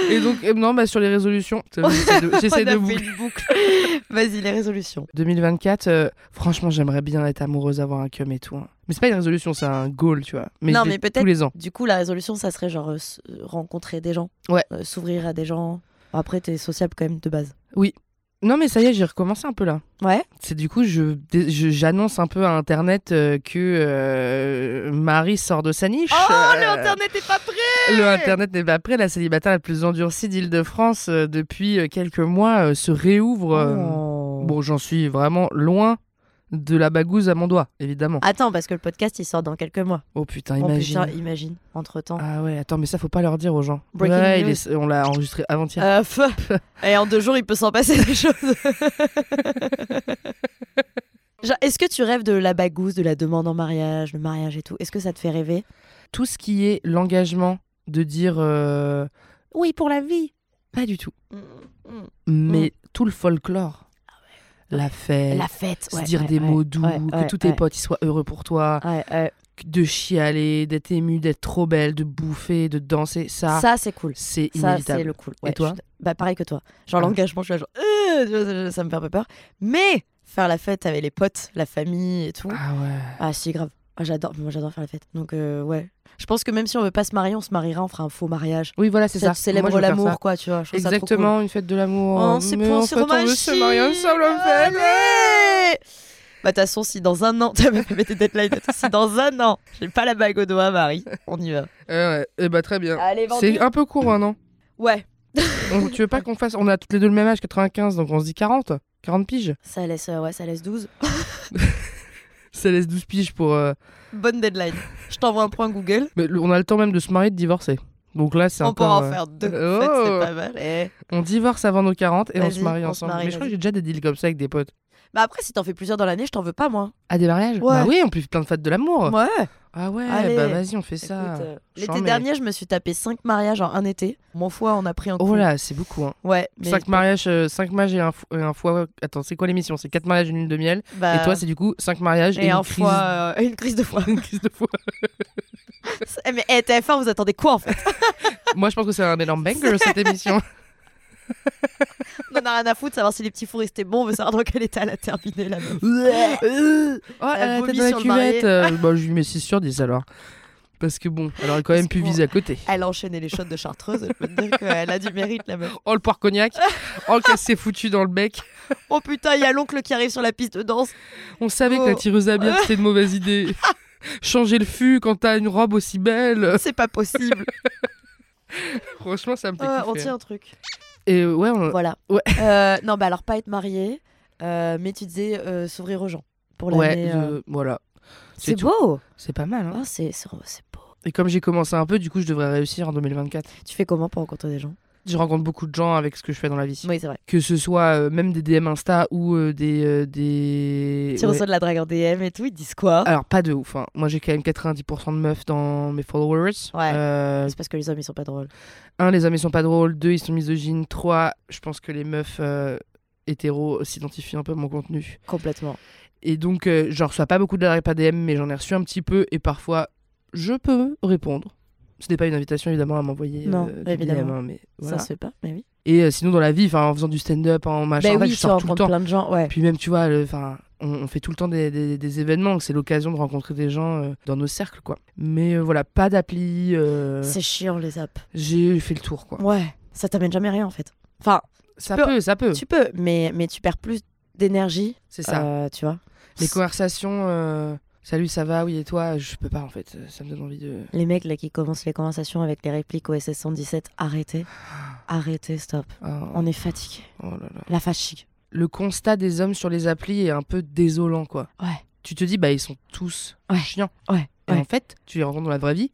S1: Et donc, euh, non, bah, sur les résolutions, j'essaie de,
S2: On a
S1: j'essaie de
S2: fait
S1: vous.
S2: une boucle. Vas-y, les résolutions.
S1: 2024, euh, franchement, j'aimerais bien être amoureuse, avoir un cum et tout. hein. Mais c'est pas une résolution, c'est un goal, tu vois. Mais
S2: Non,
S1: je l'ai
S2: mais peut-être-
S1: Tous les ans.
S2: Du coup, la résolution, ça serait genre euh, s- euh, rencontrer des gens.
S1: Ouais.
S2: Euh, S'ouvrir à des gens. Après, t'es sociable quand même de base.
S1: Non, mais ça y est, j'ai recommencé un peu là.
S2: Ouais.
S1: C'est du coup, je dé- je- j'annonce un peu à Internet euh, que euh, Marie sort de sa niche. Euh,
S2: Oh, est pas prêt
S1: Le Internet n'est pas prêt. La célibataire la plus endurcie d'Île-de-France euh, depuis euh, quelques mois euh, se réouvre. euh,
S2: Oh.
S1: Bon, j'en suis vraiment loin de la bagouze à mon doigt, évidemment.
S2: Attends, parce que le podcast, il sort dans quelques mois.
S1: Oh putain,
S2: Oh,
S1: imagine.
S2: putain, imagine. Entre temps.
S1: ah ouais, attends, mais ça faut pas leur dire aux gens.
S2: Breaking
S1: ouais, il
S2: news.
S1: est- on l'a enregistré avant-hier.
S2: Euh, pff. Et en deux jours, il peut s'en passer des choses. Genre, Est-ce que tu rêves de la bagousse, de la demande en mariage, le mariage et tout Est-ce que ça te fait rêver
S1: Tout ce qui est l'engagement de dire euh, oui pour la vie, pas du tout.
S2: Mm,
S1: Mais tout le folklore, la fête,
S2: La fête, Mm. Ah ouais.
S1: se dire
S2: ouais,
S1: des
S2: ouais,
S1: mots doux,
S2: ouais,
S1: que
S2: ouais,
S1: tous tes
S2: ouais,
S1: potes ils soient heureux pour toi.
S2: ouais, ouais.
S1: de chialer, d'être ému, d'être trop belle, de bouffer, de danser, ça,
S2: Ça, c'est cool.
S1: c'est
S2: Ça,
S1: inévitable.
S2: c'est le cool.
S1: Et toi
S2: je suis- Bah, pareil que toi. Genre,
S1: Ah.
S2: l'engagement, je suis là, genre, Euh, tu vois, ça, ça me fait un peu peur. Mais faire la fête avec les potes, la famille et tout. Ah,
S1: Ah ouais.
S2: si, grave. Ah, j'adore, moi, j'adore faire la fête. Donc, euh, ouais. Je pense que même si on veut pas se marier, on se mariera, on fera un faux mariage.
S1: Oui, voilà, c'est ça.
S2: te célèbre
S1: Moi, je veux faire ça.
S2: l'amour, quoi, tu vois. Je trouve ça trop cool.
S1: Exactement, une fête de l'amour.
S2: Oh, c'est
S1: Mais
S2: pour
S1: en
S2: on
S1: fait,
S2: se
S1: on veut se marier
S2: remachie.
S1: ensemble, en fait.
S2: Allez Bah, de toute façon, si dans un an, t'as même pas mis tes deadlines, et tout. si dans un an, j'ai pas la bague au doigt, Marie, on y va.
S1: Euh, ouais. Eh bah, très bien.
S2: Allez,
S1: C'est un peu court, un an.
S2: Ouais,
S1: On- tu veux pas qu'on fasse. On a toutes les deux le même âge, 95, donc on se dit 40. 40 piges.
S2: ça laisse, euh, ouais, ça laisse 12.
S1: Ça laisse 12 piges pour. euh,
S2: Bonne deadline. Je t'envoie un point Google.
S1: Mais le- on a le temps même de se marier, de divorcer. Donc là, c'est
S2: On pourra
S1: encore.
S2: en
S1: euh,
S2: faire deux.
S1: Oh.
S2: En fait, c'est pas mal. Eh.
S1: On divorce avant nos 40 et on se
S2: Vas-y,
S1: marie
S2: on se
S1: ensemble.
S2: marie,
S1: Mais je crois que
S2: vas-y.
S1: j'ai déjà des deals comme ça avec des potes.
S2: Bah après, si t'en fais plusieurs dans l'année, je t'en veux pas, moi.
S1: À des mariages
S2: Ouais.
S1: Bah oui, on peut faire plein de fêtes de l'amour.
S2: Ouais.
S1: Ah ouais,
S2: Allez.
S1: bah vas-y, on fait ça.
S2: Écoute, euh,
S1: Chant,
S2: L'été
S1: mais-
S2: dernier, je me suis tapé 5 mariages en un été. Mon foie en a pris un coup.
S1: Oh là, c'est beaucoup. Hein.
S2: Ouais. mais-
S1: 5 mariages, 5 mariages et un, fo- et un foie. Attends, c'est quoi l'émission C'est 4 mariages et une lune de miel.
S2: bah,
S1: Et toi, c'est du coup 5 mariages et,
S2: et
S1: une
S2: un
S1: crise-
S2: foie, euh, une crise de foie.
S1: une crise de foie.
S2: Eh, mais eh, TF1, vous attendez quoi en fait
S1: Moi, je pense que c'est un énorme banger cette émission.
S2: On en a rien à foutre, savoir si les petits fours étaient bons, on veut savoir dans quel état elle a terminé la meuf.
S1: Euh, oh, elle
S2: Elle
S1: a la tête
S2: vomit
S1: dans la
S2: sur le marié.
S1: cuvette. Euh, bah, je lui mets 6 sur 10 alors. Parce que bon, alors elle a quand même
S2: Parce que
S1: pu
S2: bon.
S1: viser à côté.
S2: Elle a enchaîné les shots de chartreuse, je peux te dire qu'elle a du mérite la meuf.
S1: Oh le poire cognac, oh le cassé foutu dans le bec.
S2: Oh putain, il y a l'oncle qui arrive sur la piste de danse.
S1: On savait que
S2: Oh.
S1: la tireuse à bière c'était une mauvaise idée. Changer le fût quand t'as une robe aussi belle.
S2: C'est pas possible.
S1: Franchement, ça me fait
S2: Ouais, on
S1: kiffer.
S2: tient un truc.
S1: Et ouais, on-
S2: Voilà.
S1: Ouais.
S2: Euh, non, bah alors pas être marié, euh, mais tu disais euh, s'ouvrir aux gens pour
S1: ouais,
S2: l'année.
S1: je-
S2: euh.
S1: voilà. c'est
S2: C'est
S1: tout.
S2: beau.
S1: C'est pas mal. Hein.
S2: Ah, c'est c'est- c'est beau.
S1: Et comme j'ai commencé un peu, du coup, je devrais réussir en 2024.
S2: Tu fais comment pour rencontrer des gens
S1: Je rencontre beaucoup de gens avec ce que je fais dans la vie.
S2: Oui, c'est vrai.
S1: Que ce soit euh, même des DM Insta ou euh, des. euh, des...
S2: Tu
S1: ouais.
S2: reçois de la drague en DM et tout, ils te disent quoi
S1: Alors, pas de ouf. hein. Moi, j'ai quand même 90% de meufs dans mes followers.
S2: Ouais.
S1: Euh,
S2: C'est parce que les hommes ils sont pas drôles.
S1: un, les hommes, ils sont pas drôles. Deux, ils sont misogynes. Trois, je pense que les meufs euh, hétéros s'identifient un peu à mon contenu.
S2: Complètement.
S1: Et donc, euh, j'en reçois pas beaucoup de la répa DM, mais j'en ai reçu un petit peu. Et parfois, je peux répondre. Ce n'est pas une invitation, évidemment, à m'envoyer
S2: Non,
S1: euh, des
S2: évidemment.
S1: DM, hein, mais voilà.
S2: Ça se fait pas, mais oui.
S1: Et euh, sinon, dans la vie, 'fin, en faisant du stand-up, en machin,
S2: Ben
S1: Ah, en fait,
S2: oui,
S1: je
S2: tu vas
S1: sors
S2: en
S1: tout le
S2: prendre
S1: temps.
S2: plein de gens. Ouais.
S1: Puis même, tu vois, le- 'fin, on, on fait tout le temps des, des- des événements, donc c'est l'occasion de rencontrer des gens euh, dans nos cercles, quoi. Mais euh, voilà, pas d'appli, euh,
S2: C'est chiant les apps.
S1: j'ai fait le tour, quoi.
S2: Ouais. Ça t'amène jamais rien en fait. Enfin,
S1: Ça
S2: peux-
S1: peut, ça peut,
S2: tu peux, mais, mais tu perds plus d'énergie,
S1: Euh. c'est ça.
S2: euh, tu vois.
S1: Les conversations, euh, salut, ça va, oui, et toi, je peux pas, en fait, ça me donne envie de...
S2: Les mecs là qui commencent les conversations avec les répliques au SS 117, arrêtez. Arrêtez, stop.
S1: Ah,
S2: On est fatigué.
S1: oh là là.
S2: La fatigue.
S1: Le constat des hommes sur les applis est un peu désolant, quoi.
S2: Ouais.
S1: Tu te dis, bah, ils sont tous
S2: Ouais.
S1: chiants.
S2: Ouais.
S1: Et
S2: Ouais.
S1: en fait, tu les rencontres dans la vraie vie,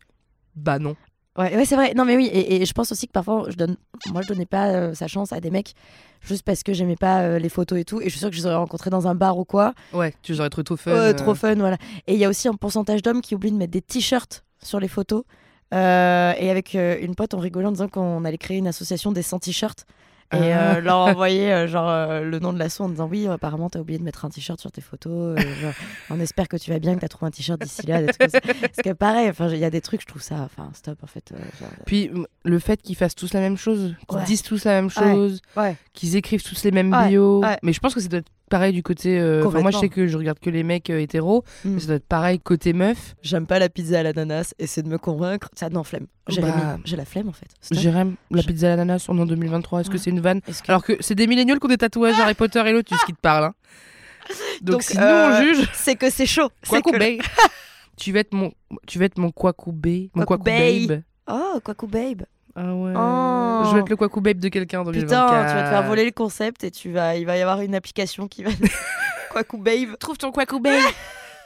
S1: bah non.
S2: Ouais, ouais, c'est vrai. Non, mais oui, et, et je pense aussi que parfois, je donne... moi, je donnais pas euh, sa chance à des mecs juste parce que j'aimais pas euh, les photos et tout. Et je suis sûre que je les aurais rencontrés dans un bar ou quoi.
S1: Ouais, tu aurais trop trop fun.
S2: Euh,
S1: euh,
S2: trop fun, voilà. Et il y a aussi un pourcentage d'hommes qui oublient de mettre des t-shirts sur les photos. Euh, et avec euh, une pote, on rigolait en disant qu'on allait créer une association des 100 t-shirts. Et
S1: Ah.
S2: euh, leur envoyer euh, genre euh, le nom de l'assaut en disant oui euh, apparemment t'as oublié de mettre un t-shirt sur tes photos euh, genre, on espère que tu vas bien que t'as trouvé un t-shirt d'ici là des trucs comme ça. parce que pareil enfin il y a des trucs je trouve ça enfin stop en fait euh, genre,
S1: Puis m- le fait qu'ils fassent tous la même chose, qu'ils
S2: Ouais.
S1: disent tous la même
S2: Ouais.
S1: chose,
S2: Ouais.
S1: qu'ils écrivent tous les mêmes
S2: Ouais,
S1: bios.
S2: ouais.
S1: Mais je pense que ça doit être pareil du côté. euh, enfin, moi, je
S2: Complètement.
S1: sais que je regarde que les mecs euh, hétéros,
S2: Mm.
S1: mais ça doit être pareil côté meuf.
S2: j'aime pas la pizza à l'ananas essaie de me convaincre ça non flemme j'ai
S1: Bah,
S2: la, j'ai la flemme en fait Stop.
S1: Jérém, la
S2: Je-
S1: pizza à l'ananas, on est en 2023, est-ce que
S2: Ouais.
S1: c'est une vanne
S2: Est-ce que-
S1: Alors que c'est des milléniaux qui ont des tatouages Harry Potter et Lotus qui te parlent. hein. Donc,
S2: Donc,
S1: si nous on
S2: euh,
S1: juge,
S2: c'est que c'est chaud
S1: quoi
S2: c'est que
S1: tu vas être mon, tu vas être mon Kwaku Bay, mon Kwaku
S2: Kwaku Bay.
S1: Babe.
S2: oh Kwaku babe
S1: Ah ouais.
S2: Oh.
S1: Je vais être le Kwaku Babe de quelqu'un en 2024.
S2: Putain, tu vas te faire voler le concept et tu vas, il va y avoir une application qui va. Quaku Babe.
S1: trouve ton Kwaku Babe.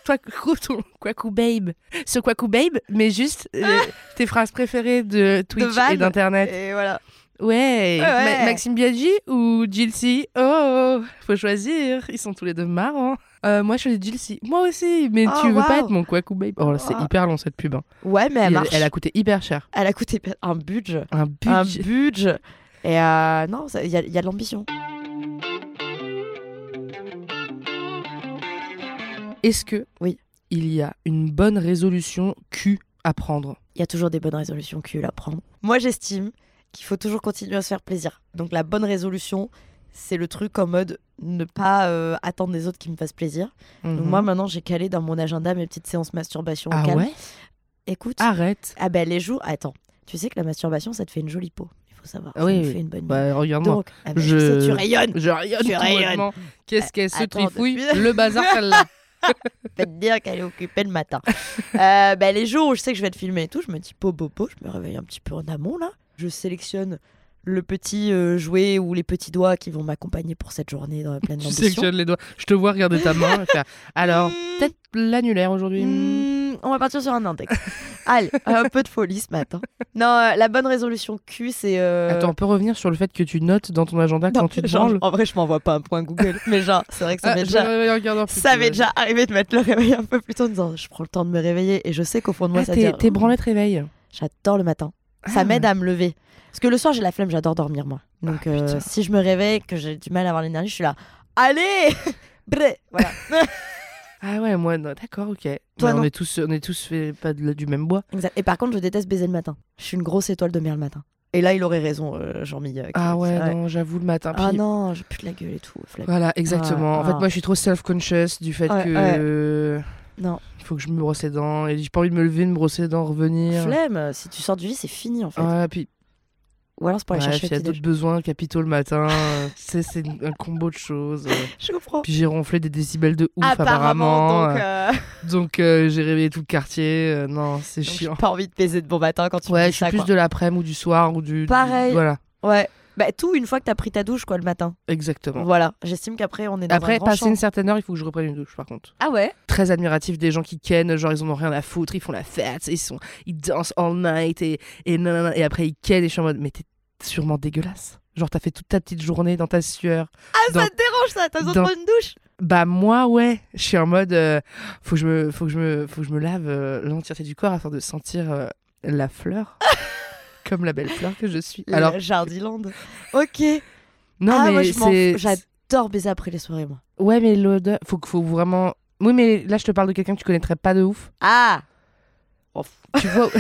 S1: Toi, trouve ton Kwaku Babe. Ce Kwaku Babe, mais juste euh, tes phrases préférées de Twitch et
S2: vannes.
S1: d'Internet.
S2: Et voilà.
S1: Ouais. Ma-
S2: ouais.
S1: Maxime Biaggi ou Jilcy Oh, faut choisir. Ils sont tous les deux marrants. Euh, moi, je choisis Jilcy. Moi aussi, mais
S2: Oh,
S1: tu veux pas
S2: waouh.
S1: être mon Kwaku Babe. Oh là, c'est
S2: Oh.
S1: hyper long cette pub. hein.
S2: Ouais, mais elle
S1: Et
S2: marche.
S1: elle a coûté hyper cher.
S2: Elle a coûté un budget.
S1: Un
S2: Un
S1: budget.
S2: budget. Et euh, non, ça- il y, a- il y a de l'ambition.
S1: Est-ce que
S2: Oui.
S1: il y a une bonne résolution Q à prendre
S2: Il y a toujours des bonnes résolutions qu'il à prendre. Moi, j'estime qu'il faut toujours continuer à se faire plaisir. Donc, la bonne résolution, c'est le truc en mode ne pas euh, attendre des autres qui me fassent plaisir. Donc,
S1: Mhm.
S2: moi, maintenant, j'ai calé dans mon agenda mes petites séances masturbation. au
S1: ah
S2: calme.
S1: ouais
S2: Écoute, ah,
S1: Arrête
S2: ben les jours. Attends, tu sais que la masturbation, ça te fait une jolie peau. Il faut savoir.
S1: Ah
S2: ça
S1: oui,
S2: nous
S1: oui.
S2: fait une bonne.
S1: Bah
S2: peau.
S1: regarde-moi.
S2: Donc, ah ben, je...
S1: je-
S2: sais, tu rayonnes.
S1: Je rayonne
S2: Tu rayonnes.
S1: complètement. Qu'est-ce qu'elle se
S2: Attends,
S1: trifouille
S2: depuis-
S1: Le bazar celle-là.
S2: Je peux te dire qu'elle est occupée le matin. Euh, bah, les jours où je sais que je vais être filmée et tout, je me dis po, po, po, je me réveille un petit peu en amont là. Je sélectionne le petit euh, jouet ou les petits doigts qui vont m'accompagner pour cette journée dans la pleine
S1: Tu
S2: ambition.
S1: sélectionnes les doigts. Je te vois regarder ta main. et faire, Alors, peut-être l'annulaire aujourd'hui. hmm.
S2: Hmm, on va partir sur un index. Allez, un peu de folie ce matin. Non, euh, la bonne résolution Q, c'est. euh,
S1: Attends, on peut revenir sur le fait que tu notes dans ton agenda
S2: non,
S1: quand tu te
S2: genre,
S1: branles
S2: En vrai, je m'envoie pas un point Google, mais genre, c'est vrai que ça
S1: Ah,
S2: m'est
S1: je
S2: déjà.
S1: vais réveiller un quart d'heure plus
S2: Ça
S1: tôt,
S2: m'est
S1: vas-y.
S2: déjà arrivé de mettre le réveil un peu plus tôt en disant je prends le temps de me réveiller et je sais qu'au fond de moi
S1: Ah,
S2: ça
S1: t'es-
S2: dit
S1: t'es branlette réveil.
S2: J'adore le matin. Ça
S1: Ah.
S2: m'aide à me lever. Parce que le soir, j'ai la flemme, j'adore dormir, moi. Donc,
S1: Ah,
S2: euh,
S1: putain.
S2: si je me réveille, que j'ai du mal à avoir l'énergie, je suis là. Allez Bré Voilà.
S1: Ah ouais, moi, non, d'accord, ok.
S2: Toi,
S1: Mais
S2: non.
S1: on est tous, on est tous fait pas de- du même bois.
S2: Exact. Et par contre, je déteste baiser le matin. Je suis une grosse étoile de mer le matin. Et là, il aurait raison, euh, Jean-Mi. euh, qui-
S1: Ah ouais,
S2: c'est vrai.
S1: non, j'avoue le matin.
S2: Ah
S1: Puis-
S2: non, j'ai plus de la gueule et tout. flemme.
S1: Voilà, exactement.
S2: Ouais,
S1: en fait,
S2: ouais.
S1: moi, je suis trop self-conscious du fait
S2: Ouais,
S1: que
S2: ouais.
S1: euh,
S2: Non.
S1: il faut que je me brosse les dents et j'ai pas envie de me lever, de me brosser les dents, revenir.
S2: Flemme, euh, si tu sors du lit, c'est fini en fait.
S1: Ouais, puis
S2: Ou alors c'est pour aller
S1: bref,
S2: chercher
S1: il y a
S2: le
S1: d'autres
S2: petit
S1: besoins capitaux le matin. euh, tu sais, c'est un combo de choses. euh.
S2: Je comprends.
S1: Puis j'ai ronflé des décibels de ouf apparemment.
S2: Apparemment, donc,
S1: euh,
S2: euh,
S1: donc, euh, j'ai réveillé tout le quartier. euh, non, c'est
S2: donc j'ai
S1: chiant.
S2: pas envie de baiser de bon matin quand tu me
S1: Ouais,
S2: dis
S1: je suis
S2: ça,
S1: plus
S2: quoi.
S1: de l'après-midi ou du soir ou du. du-
S2: Pareil.
S1: Voilà,
S2: Ouais. Bah, tout une fois que t'as pris ta douche, quoi, le matin.
S1: exactement.
S2: Voilà. J'estime qu'après, on est dans un
S1: Après,
S2: grand
S1: passer
S2: champ.
S1: une certaine heure, il faut que je reprenne une douche, par contre.
S2: Ah ouais
S1: Très admiratif des gens qui kennent, genre ils en ont rien à foutre, ils font la fête, ils, sont, ils dansent all night et, et, nanana, et après ils kennent et je suis en mode, mais t'es sûrement dégueulasse. Genre t'as fait toute ta petite journée dans ta sueur.
S2: Ah,
S1: Dans-
S2: ça te dérange ça T'as besoin de
S1: dans-
S2: prendre une douche
S1: Bah moi ouais, je suis en mode, euh, faut, que je me, faut, que je me, faut que je me lave euh, l'entièreté du corps afin de sentir euh, la fleur. Comme la belle fleur que je suis. Alors,
S2: Alors, Jardiland. Ok.
S1: non,
S2: ah,
S1: mais
S2: moi, je m'en
S1: c'est.
S2: fous. J'adore baiser après les soirées, moi.
S1: Ouais, mais l'odeur. Faut, que- faut vraiment. Oui, mais là, je te parle de quelqu'un que tu connaîtrais pas de ouf.
S2: Ah
S1: Tu vois.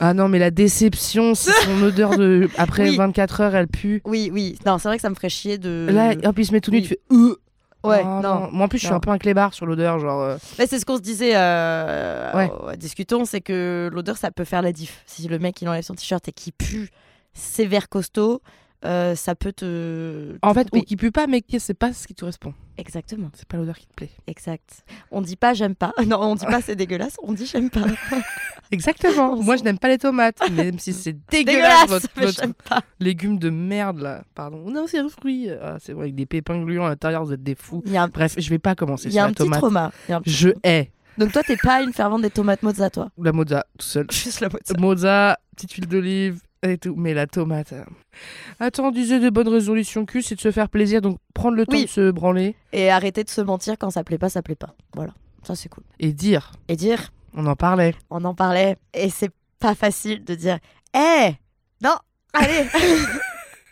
S1: ah non, mais la déception, si son odeur de. Après
S2: Oui.
S1: 24 heures, elle pue.
S2: Oui, oui. Non, c'est vrai que ça me ferait chier de.
S1: Là, hop, il se met tout nu,
S2: oui.
S1: tu fais. Euh,
S2: Ouais,
S1: oh,
S2: non.
S1: Moi, en plus, je suis
S2: non.
S1: un peu un clébard sur l'odeur, genre. euh,
S2: Mais c'est ce qu'on se disait. euh,
S1: Ouais.
S2: euh, Discutons, c'est que l'odeur, ça peut faire la diff. Si le mec, il enlève son t-shirt et qu'il pue sévère costaud, euh, ça peut te.
S1: En fait,
S2: Oui.
S1: ou qui pue pas, mais qui- c'est pas ce qui te correspond.
S2: Exactement.
S1: C'est pas l'odeur qui te plaît.
S2: Exact. On dit pas j'aime pas. Non, on dit pas c'est dégueulasse. On dit j'aime pas.
S1: Exactement.
S2: On
S1: moi,
S2: sent-
S1: je n'aime pas les tomates, même si c'est dégueulasse,
S2: dégueulasse.
S1: votre,
S2: mais
S1: votre
S2: j'aime pas.
S1: légume de merde, là. Pardon. Non, c'est un fruit. Ah, c'est vrai, avec des pépins gluants à l'intérieur, vous êtes des fous.
S2: Il y a un,
S1: Bref, je vais pas commencer
S2: il y
S1: sur
S2: a
S1: la
S2: un petit
S1: tomate.
S2: trauma. Il y a un petit
S1: Je hais
S2: Donc toi, t'es pas une fervente des tomates mozza, toi
S1: la mozza tout seul.
S2: Juste la mozza.
S1: Mozza, petite huile d'olive et tout, mais la tomate. euh. Attends, on disait de bonnes résolutions cul, c'est de se faire plaisir, donc prendre le temps
S2: Oui.
S1: de se branler
S2: Et arrêter de se mentir quand ça plaît pas, ça plaît pas. Voilà, ça c'est cool.
S1: et dire.
S2: Et dire,
S1: On en parlait.
S2: on en parlait, et c'est pas facile de dire, hé, non, allez,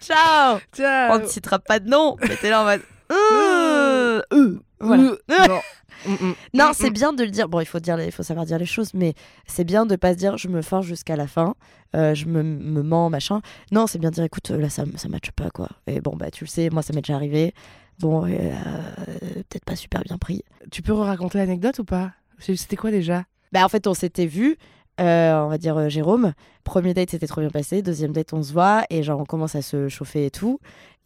S2: ciao
S1: Tiens,
S2: On ne citera pas de nom, mais t'es là en mode, Euh, euh, voilà.
S1: non. Mm, mm.
S2: Non, c'est bien de le dire. Bon, il faut, dire, les- il faut savoir dire les choses, mais c'est bien de pas se dire je me force jusqu'à la fin, euh, je me, me mens, machin. Non, c'est bien de dire écoute, euh, là, ça, ça matche pas, quoi. Et bon, bah, tu le sais, moi, ça m'est déjà arrivé. Bon, euh, euh, peut-être pas super bien pris.
S1: Tu peux raconter l'anecdote ou pas C'est- C'était quoi déjà
S2: Bah, en fait, on s'était vu. on va dire euh, Jérôme, premier date c'était trop bien passé, deuxième date on se voit et genre on commence à se chauffer et tout.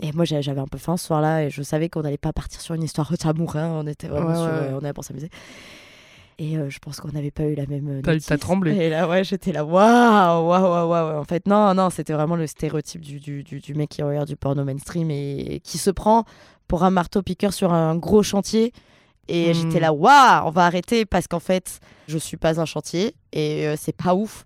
S2: Et moi j'a- j'avais un peu faim ce soir-là et je savais qu'on n'allait pas partir sur une histoire haute amour, hein. on était vraiment
S1: Ouais,
S2: sur,
S1: ouais,
S2: euh,
S1: ouais.
S2: on était là pour s'amuser. Et euh, je pense qu'on n'avait pas eu la même. euh,
S1: T'as-
S2: notif.
S1: t'as tremblé.
S2: Et là ouais j'étais là waouh waouh waouh waouh. En fait non non c'était vraiment le stéréotype du, du, du, du mec qui regarde du porno mainstream et qui se prend pour un marteau piqueur sur un gros chantier. Et
S1: Hmm.
S2: j'étais là waouh on va arrêter parce qu'en fait je suis pas un chantier et euh, c'est pas ouf.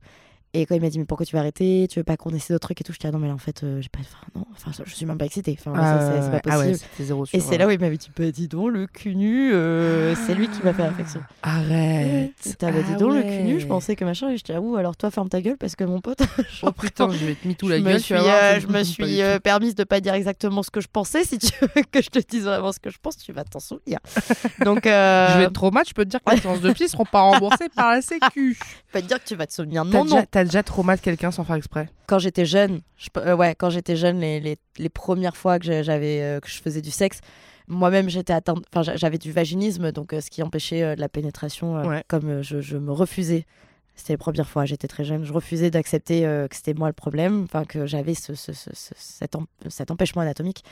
S2: Et quand il m'a dit, mais pourquoi tu vas arrêter Tu veux pas qu'on essaie d'autres trucs et tout Je dis, ah non, mais là, en fait, euh, j'ai pas. Enfin, non, enfin, je suis même pas excitée. Enfin,
S1: Ah,
S2: ça, c'est- c'est pas
S1: ouais, ah ouais,
S2: possible.
S1: c'était zéro sur euh.
S2: et c'est là où il m'avait dit, bah dis donc, le cul nu, euh, c'est lui qui m'a fait réflexion.
S1: Arrête.
S2: T'as bah,
S1: Ah
S2: dis donc, le
S1: ouais.
S2: cul nu, je pensais que machin. Et je dis, ah ouh, alors toi, ferme ta gueule parce que mon pote.
S1: Oh putain, je vais te mettre tout la
S2: je
S1: gueule.
S2: me
S1: tu
S2: suis,
S1: vas voir,
S2: euh,
S1: ça
S2: je
S1: me
S2: me
S1: plaît pas du
S2: suis euh, permise de pas dire exactement ce que je pensais. Si tu veux que je te dise vraiment ce que je pense, tu vas t'en souvenir. Donc,
S1: tout.
S2: euh,
S1: Je vais être trop mat, je peux te dire que les séances de pied seront pas remboursées par la Sécu.
S2: pas te dire que tu vas te souvenir.
S1: T'as
S2: Non, non.
S1: déjà, t'as déjà trop mat quelqu'un sans faire exprès
S2: Quand j'étais jeune, je, peux- euh, ouais, quand j'étais jeune, les, les, les premières fois que j'ai- j'avais euh, que je faisais du sexe, moi-même j'étais atteinte, enfin j'a- j'avais du vaginisme, donc euh, ce qui empêchait euh, de la pénétration, euh,
S1: Ouais.
S2: comme euh, je, je me refusais. C'était les premières fois, j'étais très jeune, je refusais d'accepter euh, que c'était moi le problème, enfin que j'avais ce, ce- ce- ce- cet, em- cet empêchement anatomique.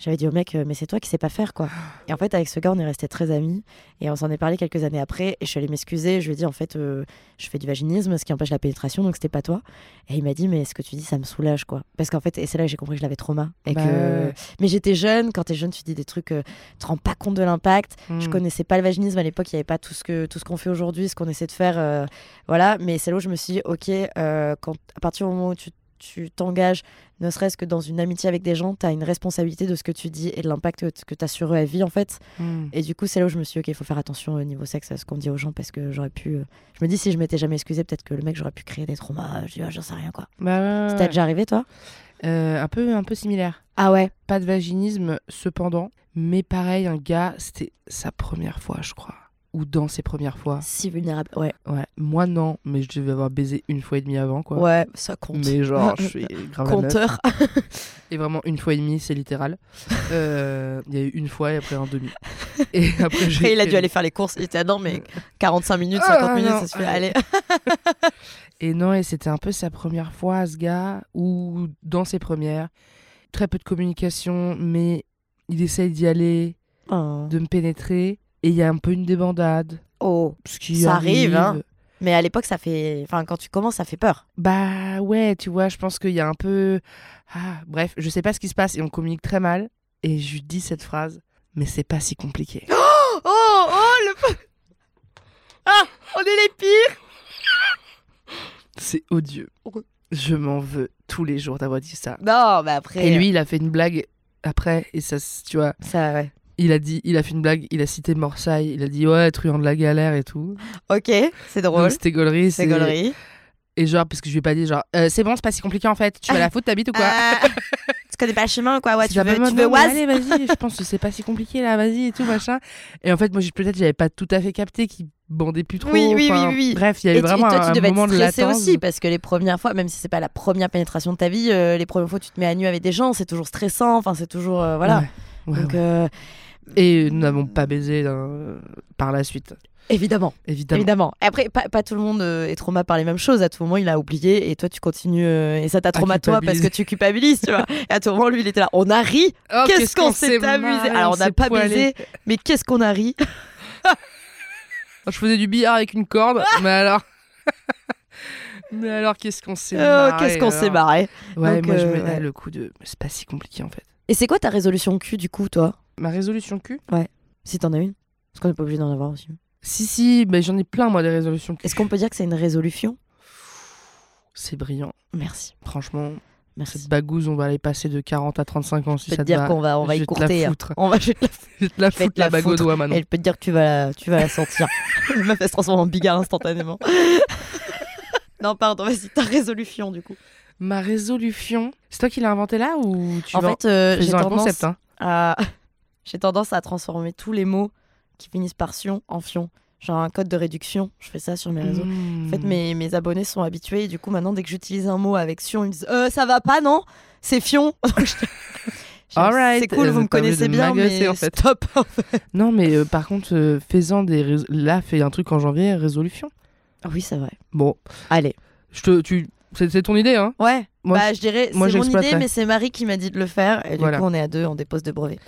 S2: J'avais dit au mec, euh, mais c'est toi qui sais pas faire quoi. Et en fait, avec ce gars, on est resté très amis et on s'en est parlé quelques années après. Et je suis allée m'excuser, je lui ai dit en fait, euh, je fais du vaginisme, ce qui empêche la pénétration, donc c'était pas toi. Et il m'a dit, mais ce que tu dis, ça me soulage, quoi. Parce qu'en fait, et c'est là que j'ai compris que je l'avais trauma. Et
S1: Bah
S2: que...
S1: ouais.
S2: Mais j'étais jeune, quand t'es jeune, tu dis des trucs, euh, tu te rends pas compte de l'impact. Je
S1: Hmm.
S2: connaissais pas le vaginisme à l'époque, il y avait pas tout ce que tout ce qu'on fait aujourd'hui, ce qu'on essaie de faire. euh, voilà, mais c'est là où je me suis dit, ok, euh, quand, à partir du moment où tu tu t'engages, ne serait-ce que dans une amitié avec des gens, tu as une responsabilité de ce que tu dis et de l'impact que tu as sur eux à vie, en fait.
S1: Hmm.
S2: Et du coup, c'est là où je me suis dit, ok, il faut faire attention au niveau sexe à ce qu'on dit aux gens parce que j'aurais pu. euh, Je me dis, si je m'étais jamais excusée, peut-être que le mec, j'aurais pu créer des traumas. euh, Je dis, ah, j'en sais rien, quoi.
S1: Bah ouais,
S2: Ça
S1: ouais,
S2: t'est
S1: ouais.
S2: déjà arrivé, toi
S1: Euh, un, peu, un peu similaire.
S2: Ah ouais
S1: pas de vaginisme cependant, mais pareil, un gars, c'était sa première fois, je crois. Ou dans ses premières fois.
S2: Si vulnérable. Ouais,
S1: Ouais. Moi, non, mais je devais avoir baisé une fois et demie avant, quoi.
S2: ouais, ça compte.
S1: Mais genre, je suis grave la meuf.
S2: Compteur.
S1: Et vraiment, une fois et demie, c'est littéral. Euh, Il y a eu une fois et après un demi. Et après, j'ai
S2: Après, il a dû
S1: fait-
S2: aller faire les courses. Il était, ah non, mais 45 minutes,
S1: Ah,
S2: 50 minutes,
S1: non.
S2: ça se fait. Allez.
S1: Et non, et c'était un peu sa première fois, ce gars, ou dans ses premières. Très peu de communication, mais il essaye d'y aller,
S2: Oh.
S1: de me pénétrer. Et il y a un peu une débandade.
S2: Oh.
S1: Ce qui
S2: Ça arrive, hein.
S1: arrive.
S2: Mais à l'époque, ça fait. Enfin, quand tu commences, ça fait peur.
S1: Bah ouais, tu vois, je pense qu'il y a un peu. Ah, bref, je sais pas ce qui se passe et on communique très mal. Et je lui dis cette phrase, mais c'est pas si compliqué.
S2: Oh, oh, le. Ah, on est les pires.
S1: C'est odieux. Je m'en veux tous les jours d'avoir dit ça.
S2: Non, mais après.
S1: Et lui, il a fait une blague après, et ça, s- tu vois,
S2: Ça, ouais.
S1: il a dit, il a fait une blague, il a cité Morsaille, il a dit ouais, truand de la galère et tout.
S2: Ok, c'est drôle.
S1: Donc c'était gaulerie,
S2: C'est
S1: c'est.
S2: gaulerie.
S1: Et genre, parce que je lui ai pas dit, genre, Euh, c'est bon, c'est pas si compliqué en fait, tu vas à la foutre, t'habites ou quoi
S2: Ah, tu connais pas le chemin ou quoi Ah, ouais,
S1: Si
S2: Tu
S1: t'as pas
S2: veux, tu
S1: maintenant,
S2: veux
S1: mais
S2: Oise Ah.
S1: Allez, vas-y, je pense que c'est pas si compliqué là, vas-y et tout, machin. Et en fait, moi, j'ai- peut-être, j'avais pas tout à fait capté qu'il bandait plus trop.
S2: Oui, oui, oui,
S1: enfin,
S2: oui.
S1: Bref, il y
S2: Et,
S1: avait
S2: tu- et
S1: vraiment
S2: toi, tu
S1: un
S2: devais
S1: moment
S2: être
S1: de
S2: stressé
S1: latence.
S2: aussi parce que les premières fois, même si c'est pas la première pénétration de ta vie, euh, les premières fois où tu te mets à nu avec des gens, c'est toujours stressant. Enfin, c'est toujours euh, voilà.
S1: Ouais, ouais,
S2: Donc
S1: ouais.
S2: euh,
S1: Et nous n'avons pas baisé euh, par la suite,
S2: évidemment,
S1: évidemment.
S2: évidemment. Après, pas, pas tout le monde euh, est trauma par les mêmes choses. À tout moment, il a oublié et toi, tu continues euh, et ça t'a trauma toi parce que
S1: culpabiliser.
S2: tu culpabilises, tu vois. Et à tout moment, lui, il était là. On a ri,
S1: Oh,
S2: Qu'est-ce qu'on s'est amusé
S1: marré,
S2: Alors, on n'a
S1: s'est
S2: pas
S1: poilé.
S2: baisé. mais qu'est-ce qu'on a ri
S1: Je faisais du billard avec une corde,
S2: Ah
S1: mais alors. Mais alors, qu'est-ce qu'on s'est
S2: Euh,
S1: marré hein.
S2: Qu'est-ce qu'on
S1: alors.
S2: s'est marré
S1: Ouais,
S2: Donc,
S1: moi, je
S2: euh,
S1: me
S2: ouais.
S1: ah, le coup de. C'est pas si compliqué en fait.
S2: Et c'est quoi ta résolution cul du coup, toi
S1: Ma résolution Q
S2: Si t'en as une Parce qu'on n'est pas obligé d'en avoir aussi.
S1: Si, si, mais j'en ai plein, moi, des résolutions Q.
S2: Est-ce qu'on peut dire que c'est une résolution
S1: C'est brillant.
S2: Merci,
S1: Franchement,
S2: merci.
S1: Cette bagouze, on va les passer de 40 à 35 ans si
S2: Je peux te
S1: ça
S2: dire
S1: va.
S2: qu'on va, on va
S1: je
S2: y
S1: vais te
S2: courter.
S1: la
S2: hein.
S1: foutre.
S2: On va, je vais te la foutre.
S1: Je vais te la
S2: Je vais te
S1: foutre,
S2: la
S1: la bague au
S2: foutre.
S1: doigt maintenant.
S2: Et je peux te dire que tu vas la, tu vas la sentir. La meuf, elle se transforme en bigard instantanément. non, pardon, vas-y, ta résolution du coup.
S1: Ma résolution, c'est toi qui l'as inventée là ou tu
S2: en
S1: vas-
S2: fait, euh, j'ai
S1: Faisons un
S2: tendance,
S1: concept. Hein.
S2: à... j'ai tendance à transformer tous les mots qui finissent par sion en fion. Genre un code de réduction, je fais ça sur mes réseaux.
S1: Hmm.
S2: En fait, mes, mes abonnés sont habitués et du coup, maintenant, dès que j'utilise un mot avec Sion, ils me disent euh, Ça va pas, non C'est Fion. Je- je-
S1: Alright,
S2: C'est cool,
S1: euh,
S2: vous me
S1: t'as obligé
S2: connaissez
S1: de
S2: bien,
S1: m'agacer,
S2: mais
S1: en fait.
S2: stop.
S1: Non, mais euh, par contre, euh, faisant des rés- là, fais un truc en janvier, résolution.
S2: Ah oui, c'est vrai.
S1: Bon,
S2: Allez.
S1: je te, tu, c'est c'est ton idée, hein
S2: Ouais,
S1: Moi,
S2: bah, je dirais,
S1: moi,
S2: c'est mon idée,
S1: j'exploiterais.
S2: mais c'est Marie qui m'a dit de le faire. Et du
S1: Voilà.
S2: coup, on est à deux, on dépose de brevets.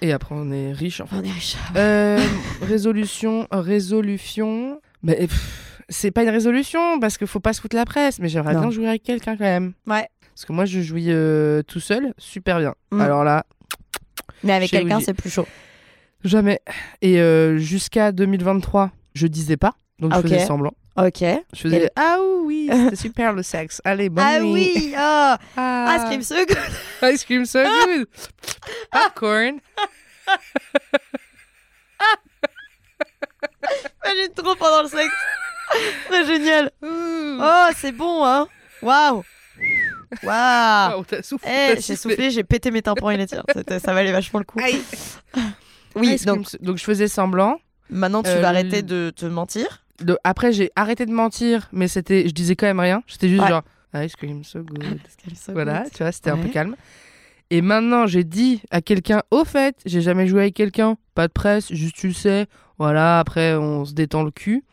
S1: Et après, on est riche. Enfin.
S2: On est riche.
S1: Euh, résolution, résolution. Bah, pff, c'est pas une résolution parce qu'il faut pas se foutre la presse, mais j'aimerais
S2: Non.
S1: bien jouer avec quelqu'un quand même.
S2: Ouais.
S1: Parce que moi, je jouis euh, tout seul, super bien.
S2: Mm.
S1: Alors là,
S2: Mais avec
S1: Chez
S2: quelqu'un,
S1: Woody.
S2: c'est plus chaud.
S1: jamais. Et euh, jusqu'à 2023, je disais pas, donc
S2: Ah,
S1: je
S2: ok.
S1: faisais semblant.
S2: Ok.
S1: Je faisais
S2: Et-
S1: Ah oui, c'était super le sexe. Allez, bonne
S2: ah
S1: nuit.
S2: oui oh,
S1: Ah,
S2: Ice cream so good
S1: Ice cream so good.
S2: Ah.
S1: Popcorn.
S2: Imagine trop pendant le sexe Très génial
S1: Ouh.
S2: Oh, c'est bon, hein Waouh Waouh
S1: Ah, on t'a soufflé.
S2: Eh,
S1: t'as
S2: j'ai soufflé, j'ai pété mes tympans et les tirs. C'était- Ça valait vachement le coup.
S1: Aïe.
S2: Oui,
S1: Ice cream
S2: donc
S1: so- donc je faisais semblant.
S2: maintenant tu
S1: Euh,
S2: vas arrêter de te mentir.
S1: Le- Après, j'ai arrêté de mentir, mais c'était, je disais quand même rien. J'étais juste
S2: Ouais.
S1: genre Ice cream so good.
S2: Parce qu'elle est so
S1: Voilà,
S2: good.
S1: tu vois, c'était un peu
S2: Ouais.
S1: calme. Et maintenant, j'ai dit à quelqu'un, au fait, j'ai jamais joué avec quelqu'un, pas de presse, juste tu le sais. Voilà, après, on se détend le cul.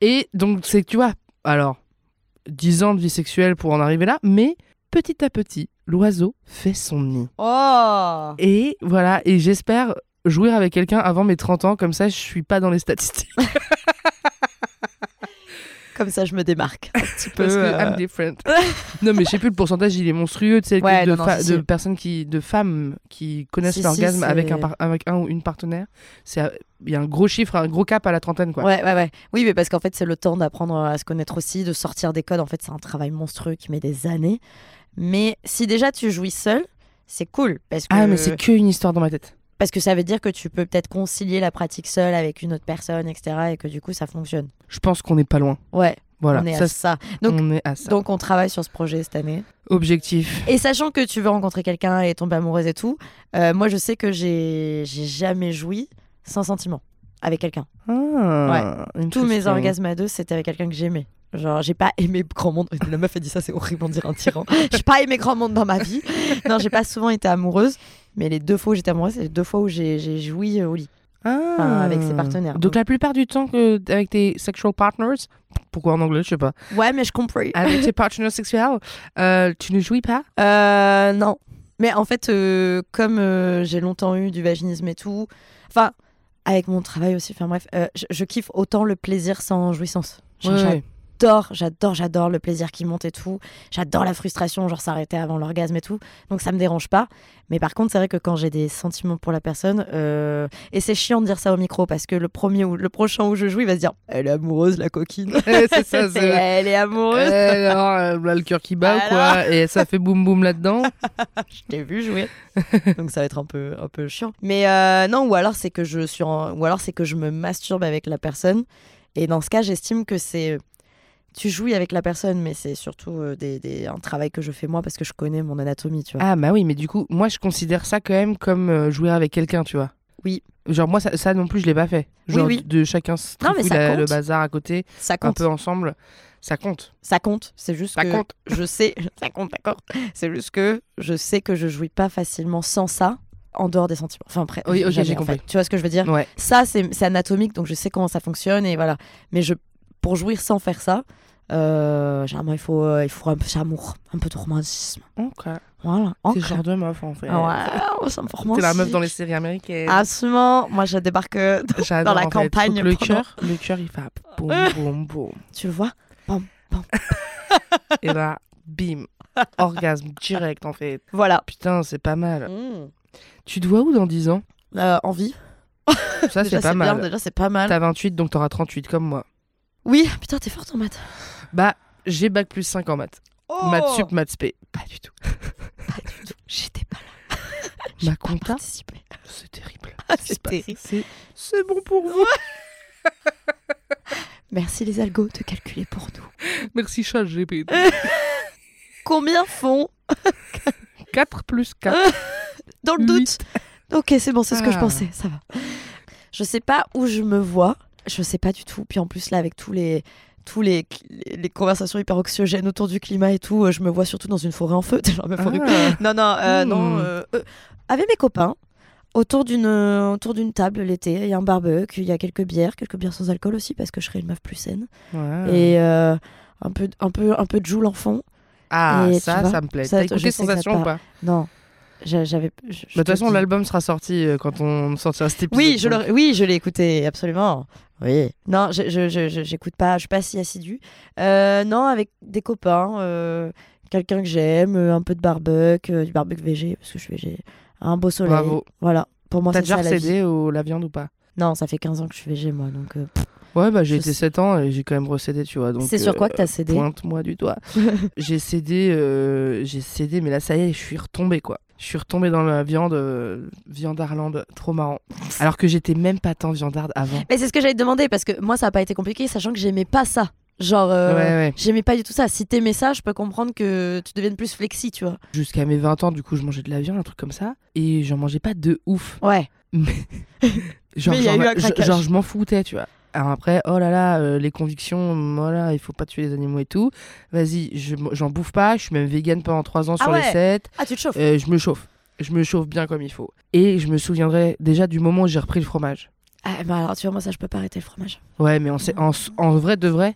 S1: Et donc, c'est que tu vois, alors, 10 ans de vie sexuelle pour en arriver là, mais petit à petit, l'oiseau fait son nid.
S2: Oh
S1: Et voilà, et j'espère jouer avec quelqu'un avant mes 30 ans, comme ça, je suis pas dans les statistiques.
S2: Comme ça, je me démarque un petit peu.
S1: Parce que
S2: euh,
S1: I'm different. non, mais je sais plus, le pourcentage, il est monstrueux. Tu sais, le
S2: Ouais,
S1: truc de,
S2: non, non,
S1: fa-
S2: si, si.
S1: de personnes qui, de femmes qui connaissent
S2: Si, si,
S1: l'orgasme
S2: c'est-
S1: avec, un par- avec un ou une partenaire. C'est à- Il y a un gros chiffre, un gros cap à la trentaine, quoi.
S2: Ouais, ouais, ouais. Oui, mais parce qu'en fait, c'est le temps d'apprendre à se connaître aussi, de sortir des codes. En fait, c'est un travail monstrueux qui met des années. Mais si déjà tu jouis seul, c'est cool. Parce que,
S1: Ah, mais c'est que une histoire dans ma tête.
S2: parce que ça veut dire que tu peux peut-être concilier la pratique seule avec une autre personne, etc. Et que du coup, ça fonctionne.
S1: Je pense qu'on n'est pas loin.
S2: Ouais,
S1: Voilà,
S2: on est
S1: ça,
S2: à ça.
S1: donc,
S2: Donc-
S1: on est à ça.
S2: Donc, on travaille sur ce projet cette année.
S1: Objectif.
S2: Et sachant que tu veux rencontrer quelqu'un et tomber amoureuse et tout, euh, moi, je sais que j'ai j'ai jamais joui sans sentiment avec quelqu'un.
S1: Ah,
S2: Tous mes
S1: interesting.
S2: orgasmes à deux, c'était avec quelqu'un que j'aimais. Genre, j'ai pas aimé grand monde. La meuf a dit ça, c'est horrible, on dirait un tyran. j'ai pas aimé grand monde dans ma vie. Non, j'ai pas souvent été amoureuse. Mais les deux fois où j'étais amoureuse, c'est les deux fois où j'ai j'ai joui euh, au lit.
S1: Ah.
S2: Enfin, avec ses partenaires.
S1: Donc, la plupart du temps, que, avec tes sexual partners, pourquoi en anglais, je sais pas,
S2: Ouais, mais je compris.
S1: avec tes partenaires sexuels, euh, tu ne jouis pas
S2: Euh, non. Mais en fait, euh, comme euh, j'ai longtemps eu du vaginisme et tout, enfin, avec mon travail aussi, enfin bref, euh, je, je kiffe autant le plaisir sans jouissance. Genre,
S1: Ouais, ouais.
S2: j'adore, j'adore, j'adore le plaisir qui monte et tout. J'adore la frustration, genre s'arrêter avant l'orgasme et tout. Donc ça me dérange pas. Mais par contre, c'est vrai que quand j'ai des sentiments pour la personne, euh, et c'est chiant de dire ça au micro parce que le premier ou le prochain où je joue, il va se dire, elle est amoureuse la coquine.
S1: Ouais, c'est ça,
S2: C'est-
S1: c'est vrai.
S2: elle est amoureuse.
S1: Eh, alors, euh, bah, le cœur qui bat ou quoi, et ça fait boum boum là-dedans.
S2: je t'ai vu jouer. Donc ça va être un peu, un peu chiant. Mais euh, non, ou alors c'est que je suis, en- ou alors c'est que je me masturbe avec la personne. Et dans ce cas, j'estime que c'est tu jouis avec la personne, mais c'est surtout euh, des, des- un travail que je fais moi parce que je connais mon anatomie, tu vois.
S1: Ah bah oui, mais du coup, moi je considère ça quand même comme euh, jouer avec quelqu'un, tu vois.
S2: Oui.
S1: Genre moi ça, ça non plus je l'ai pas fait.
S2: Oui,
S1: Genre
S2: oui.
S1: de de chacun se
S2: Non, mais
S1: trifouille
S2: ça
S1: la- le
S2: compte.
S1: bazar à côté,
S2: ça
S1: un
S2: compte,
S1: peu ensemble, ça compte.
S2: ça compte. C'est juste
S1: Ça
S2: que
S1: compte.
S2: je sais, ça compte, d'accord. C'est juste que je sais que je jouis pas facilement sans ça, en dehors des sentiments. Enfin après,
S1: Oui, ok,
S2: jamais,
S1: j'ai
S2: en
S1: compris.
S2: fait. Tu vois ce que je veux dire
S1: Ouais.
S2: Ça, c'est c'est anatomique, donc je sais comment ça fonctionne et voilà. Mais je, pour jouir sans faire ça, euh, généralement, il faut, euh, il faut un peu d'amour, un peu de romantisme.
S1: Ok.
S2: Voilà.
S1: C'est
S2: encore.
S1: genre de meuf en fait.
S2: Ah ouais, ça me
S1: C'est
S2: romantique.
S1: la meuf dans les séries américaines.
S2: Absolument. Moi, je débarque. euh,
S1: J'adore,
S2: dans la
S1: en fait.
S2: campagne,
S1: Faut que Le
S2: pardon.
S1: cœur, le cœur il fait boum boum boum.
S2: Tu le vois
S1: Et là, bim, orgasme direct en fait.
S2: Voilà.
S1: Putain, c'est pas mal. Tu te vois où dans 10 ans
S2: Euh, envie.
S1: Ça
S2: déjà,
S1: c'est pas
S2: c'est bien.
S1: mal.
S2: Déjà, c'est pas mal.
S1: T'as 28, donc t'auras 38 comme moi.
S2: Oui. Putain, t'es forte en maths.
S1: Bah, j'ai bac plus 5 en maths.
S2: Oh
S1: Maths sup, maths spé. Pas du tout.
S2: J'étais pas là.
S1: Ma compta,
S2: Participé.
S1: c'est terrible.
S2: Ah,
S1: Ce qui se
S2: c'est
S1: passe.
S2: terrible.
S1: C'est- C'est bon pour vous.
S2: Merci les algos de calculer pour nous.
S1: Merci chat GPT.
S2: Combien font
S1: 4 plus 4.
S2: dans le doute. Ok, c'est bon, c'est ce que je
S1: Ah.
S2: pensais, ça va. Je sais pas où je me vois, je sais pas du tout. Puis en plus, là, avec tous les tous les, les, les conversations hyper oxygènes autour du climat et tout, euh, je me vois surtout dans une forêt en feu. Genre, meuf, horrible. Non, non, euh,
S1: Hmm.
S2: non. euh, euh, avec mes copains, autour d'une euh, autour d'une table l'été, il y a un barbecue, il y a quelques bières, quelques bières sans alcool aussi, parce que je serais une meuf plus saine. Et euh, un, peu, un, peu, un peu de joule en fond.
S1: Ah,
S2: et tu
S1: ça,
S2: vois,
S1: ça me plaît.
S2: ça,
S1: T'as
S2: je
S1: écouté
S2: sais que ça te
S1: Sensation ou pas Bah,
S2: Non, j'a- j'avais. je- je
S1: De toute
S2: te
S1: façon,
S2: dis.
S1: l'album sera sorti euh, quand on sortira cet épisode.
S2: Oui, je
S1: donc.
S2: l'aurais- oui, je l'ai écouté, absolument. Oui. Non, je je- je- je- j'écoute pas, je suis pas si assidue. Euh, non, avec des copains, euh, quelqu'un que j'aime, euh, un peu de barbecue, euh, du barbecue végé, parce que je suis végé. Un beau soleil.
S1: Bravo.
S2: Voilà. Pour moi,
S1: T'as
S2: c'est
S1: déjà
S2: ça la vie.
S1: recédé au la viande ou pas
S2: Non, ça fait 15 ans que je suis végé, moi, donc. euh, pff.
S1: Ouais, bah j'ai
S2: Je
S1: été
S2: sais-
S1: 7 ans et j'ai quand même recédé, tu vois. donc,
S2: C'est sur quoi que
S1: euh,
S2: t'as cédé
S1: Pointe-moi du doigt. j'ai cédé, euh, j'ai cédé, mais là ça y est, je suis retombée quoi. Je suis retombée dans la viande, euh, viande Arlande, trop marrant. Alors que j'étais même pas tant viandarde avant.
S2: Mais c'est ce que j'allais te demander parce que moi ça a pas été compliqué, sachant que j'aimais pas ça. Genre, euh,
S1: Ouais, ouais.
S2: j'aimais pas du tout ça. Si t'aimais ça, je peux comprendre que tu deviennes plus flexi, tu vois.
S1: Jusqu'à mes 20 ans, du coup, je mangeais de la viande, un truc comme ça. Et j'en mangeais pas de ouf.
S2: Ouais.
S1: Genre,
S2: Mais il y a
S1: genre,
S2: eu un
S1: je-
S2: craquage.
S1: genre, je m'en foutais, tu vois. Alors après, oh là là, euh, les convictions, voilà, il faut pas tuer les animaux et tout. Vas-y, je- j'en bouffe pas, je suis même vegan pendant 3 ans
S2: Ah
S1: sur les
S2: ouais.
S1: 7.
S2: Ah, tu te chauffes
S1: Euh, je me chauffe. Je me chauffe bien comme il faut. Et je me souviendrai déjà du moment où j'ai repris le fromage.
S2: Ah, bah alors, tu vois, moi ça, je peux pas arrêter le fromage.
S1: Ouais, mais on sait, en, s- en vrai de vrai,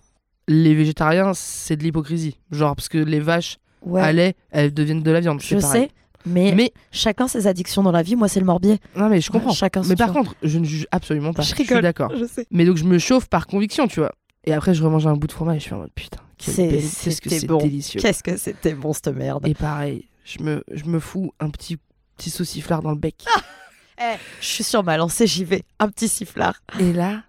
S1: les végétariens, c'est de l'hypocrisie. Genre, parce que les vaches
S2: Ouais.
S1: à lait, elles deviennent de la viande.
S2: je
S1: c'est pareil.
S2: sais, mais,
S1: Mais,
S2: chacun ses addictions dans la vie. Moi, c'est le morbier.
S1: non, mais je comprends.
S2: Chacun son
S1: mais par
S2: truc.
S1: contre, je ne juge absolument pas.
S2: Je
S1: Je, suis
S2: rigole.
S1: d'accord.
S2: Je sais.
S1: Mais donc je me chauffe par conviction, tu vois. Et après je remange un bout de fromage, je suis en mode putain, quelle
S2: C'est-
S1: belle- qu'est-ce que
S2: c'était
S1: c'est
S2: bon.
S1: délicieux.
S2: Qu'est-ce que c'était bon, cette merde.
S1: Et pareil, je me, je me fous un petit, petit sauciflard dans le bec.
S2: Je suis sur ma lancée, j'y vais. Un petit sifflard.
S1: Et là,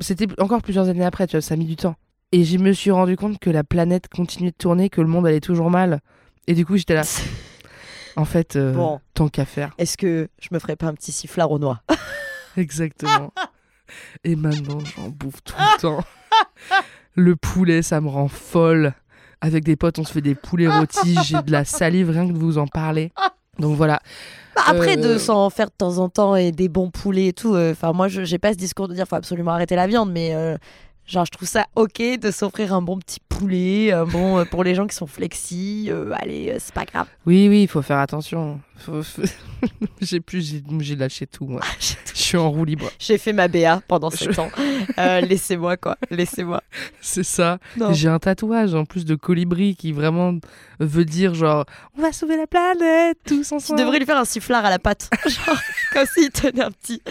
S1: c'était encore plusieurs années après, tu vois, ça a mis du temps. Et je me suis rendu compte que la planète continuait de tourner, que le monde allait toujours mal. Et du coup j'étais là, en fait, euh,
S2: Bon.
S1: tant qu'à faire.
S2: Est-ce que je me ferais pas un petit sifflard au noix
S1: Exactement. Et maintenant, j'en bouffe tout le temps. Le poulet, ça me rend folle. Avec des potes, on se fait des poulets rôtis. J'ai de la salive rien que de vous en parler. Donc voilà.
S2: Bah, Après,
S1: Euh.
S2: de s'en faire de temps en temps et des bons poulets et tout. euh, Enfin, moi, je j'ai pas ce discours de dire faut absolument arrêter la viande, mais euh, genre, je trouve ça ok de s'offrir un bon petit poulet, un bon euh, pour les gens qui sont flexi. euh, allez, euh, c'est pas grave.
S1: Oui, oui, il faut faire attention. Faut- faut- j'ai plus, j'ai- j'ai lâché tout. Moi.
S2: Ah,
S1: Je suis en roue libre.
S2: J'ai fait ma BA pendant
S1: Je-
S2: 7 ans. Euh, laissez-moi quoi, laissez-moi.
S1: C'est ça.
S2: Non.
S1: J'ai un tatouage en plus de colibri qui vraiment veut dire genre on va sauver la planète tous
S2: Tu
S1: ensemble.
S2: devrais lui faire un sifflard à la pâte, genre comme s'il tenait un petit,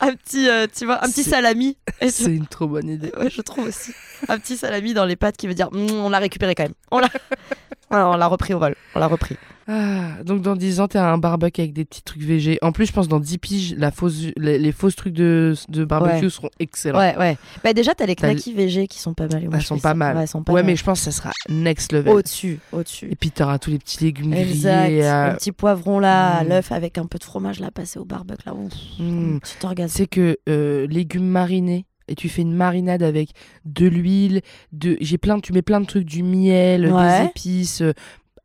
S2: un petit, euh, tu vois, un petit
S1: C'est-
S2: salami. Et tu-
S1: C'est une trop bonne idée.
S2: Ouais, je trouve aussi. Un petit salami dans les pattes qui veut dire Mm, on l'a récupéré quand même. On l'a Voilà, on l'a repris au vol. On l'a repris.
S1: Ah, donc dans 10 ans, t'as un barbecue avec des petits trucs végé. En plus, je pense dans 10 piges, la fausse, les, les fausses trucs de, de barbecue
S2: Ouais.
S1: seront excellents. Ouais,
S2: Ouais, ouais. Bah déjà, t'as les
S1: T'as
S2: knackis VG qui sont pas mal. Moi,
S1: Elles
S2: je
S1: sont
S2: fais
S1: pas
S2: ça.
S1: mal.
S2: Ouais, elles sont pas
S1: mais
S2: mal.
S1: je pense que ça sera next level.
S2: Au-dessus, au-dessus.
S1: Et puis t'auras tous les petits légumes
S2: Exact.
S1: grillés. euh,
S2: Un petit poivron là, à
S1: Mm.
S2: l'œuf avec un peu de fromage là, passé au barbecue là. Ouf,
S1: hmm.
S2: Tu t'orgasmes.
S1: C'est que euh, légumes marinés. Et tu fais une marinade avec de l'huile, de j'ai plein, tu mets plein de trucs, du miel,
S2: Ouais.
S1: des épices, euh,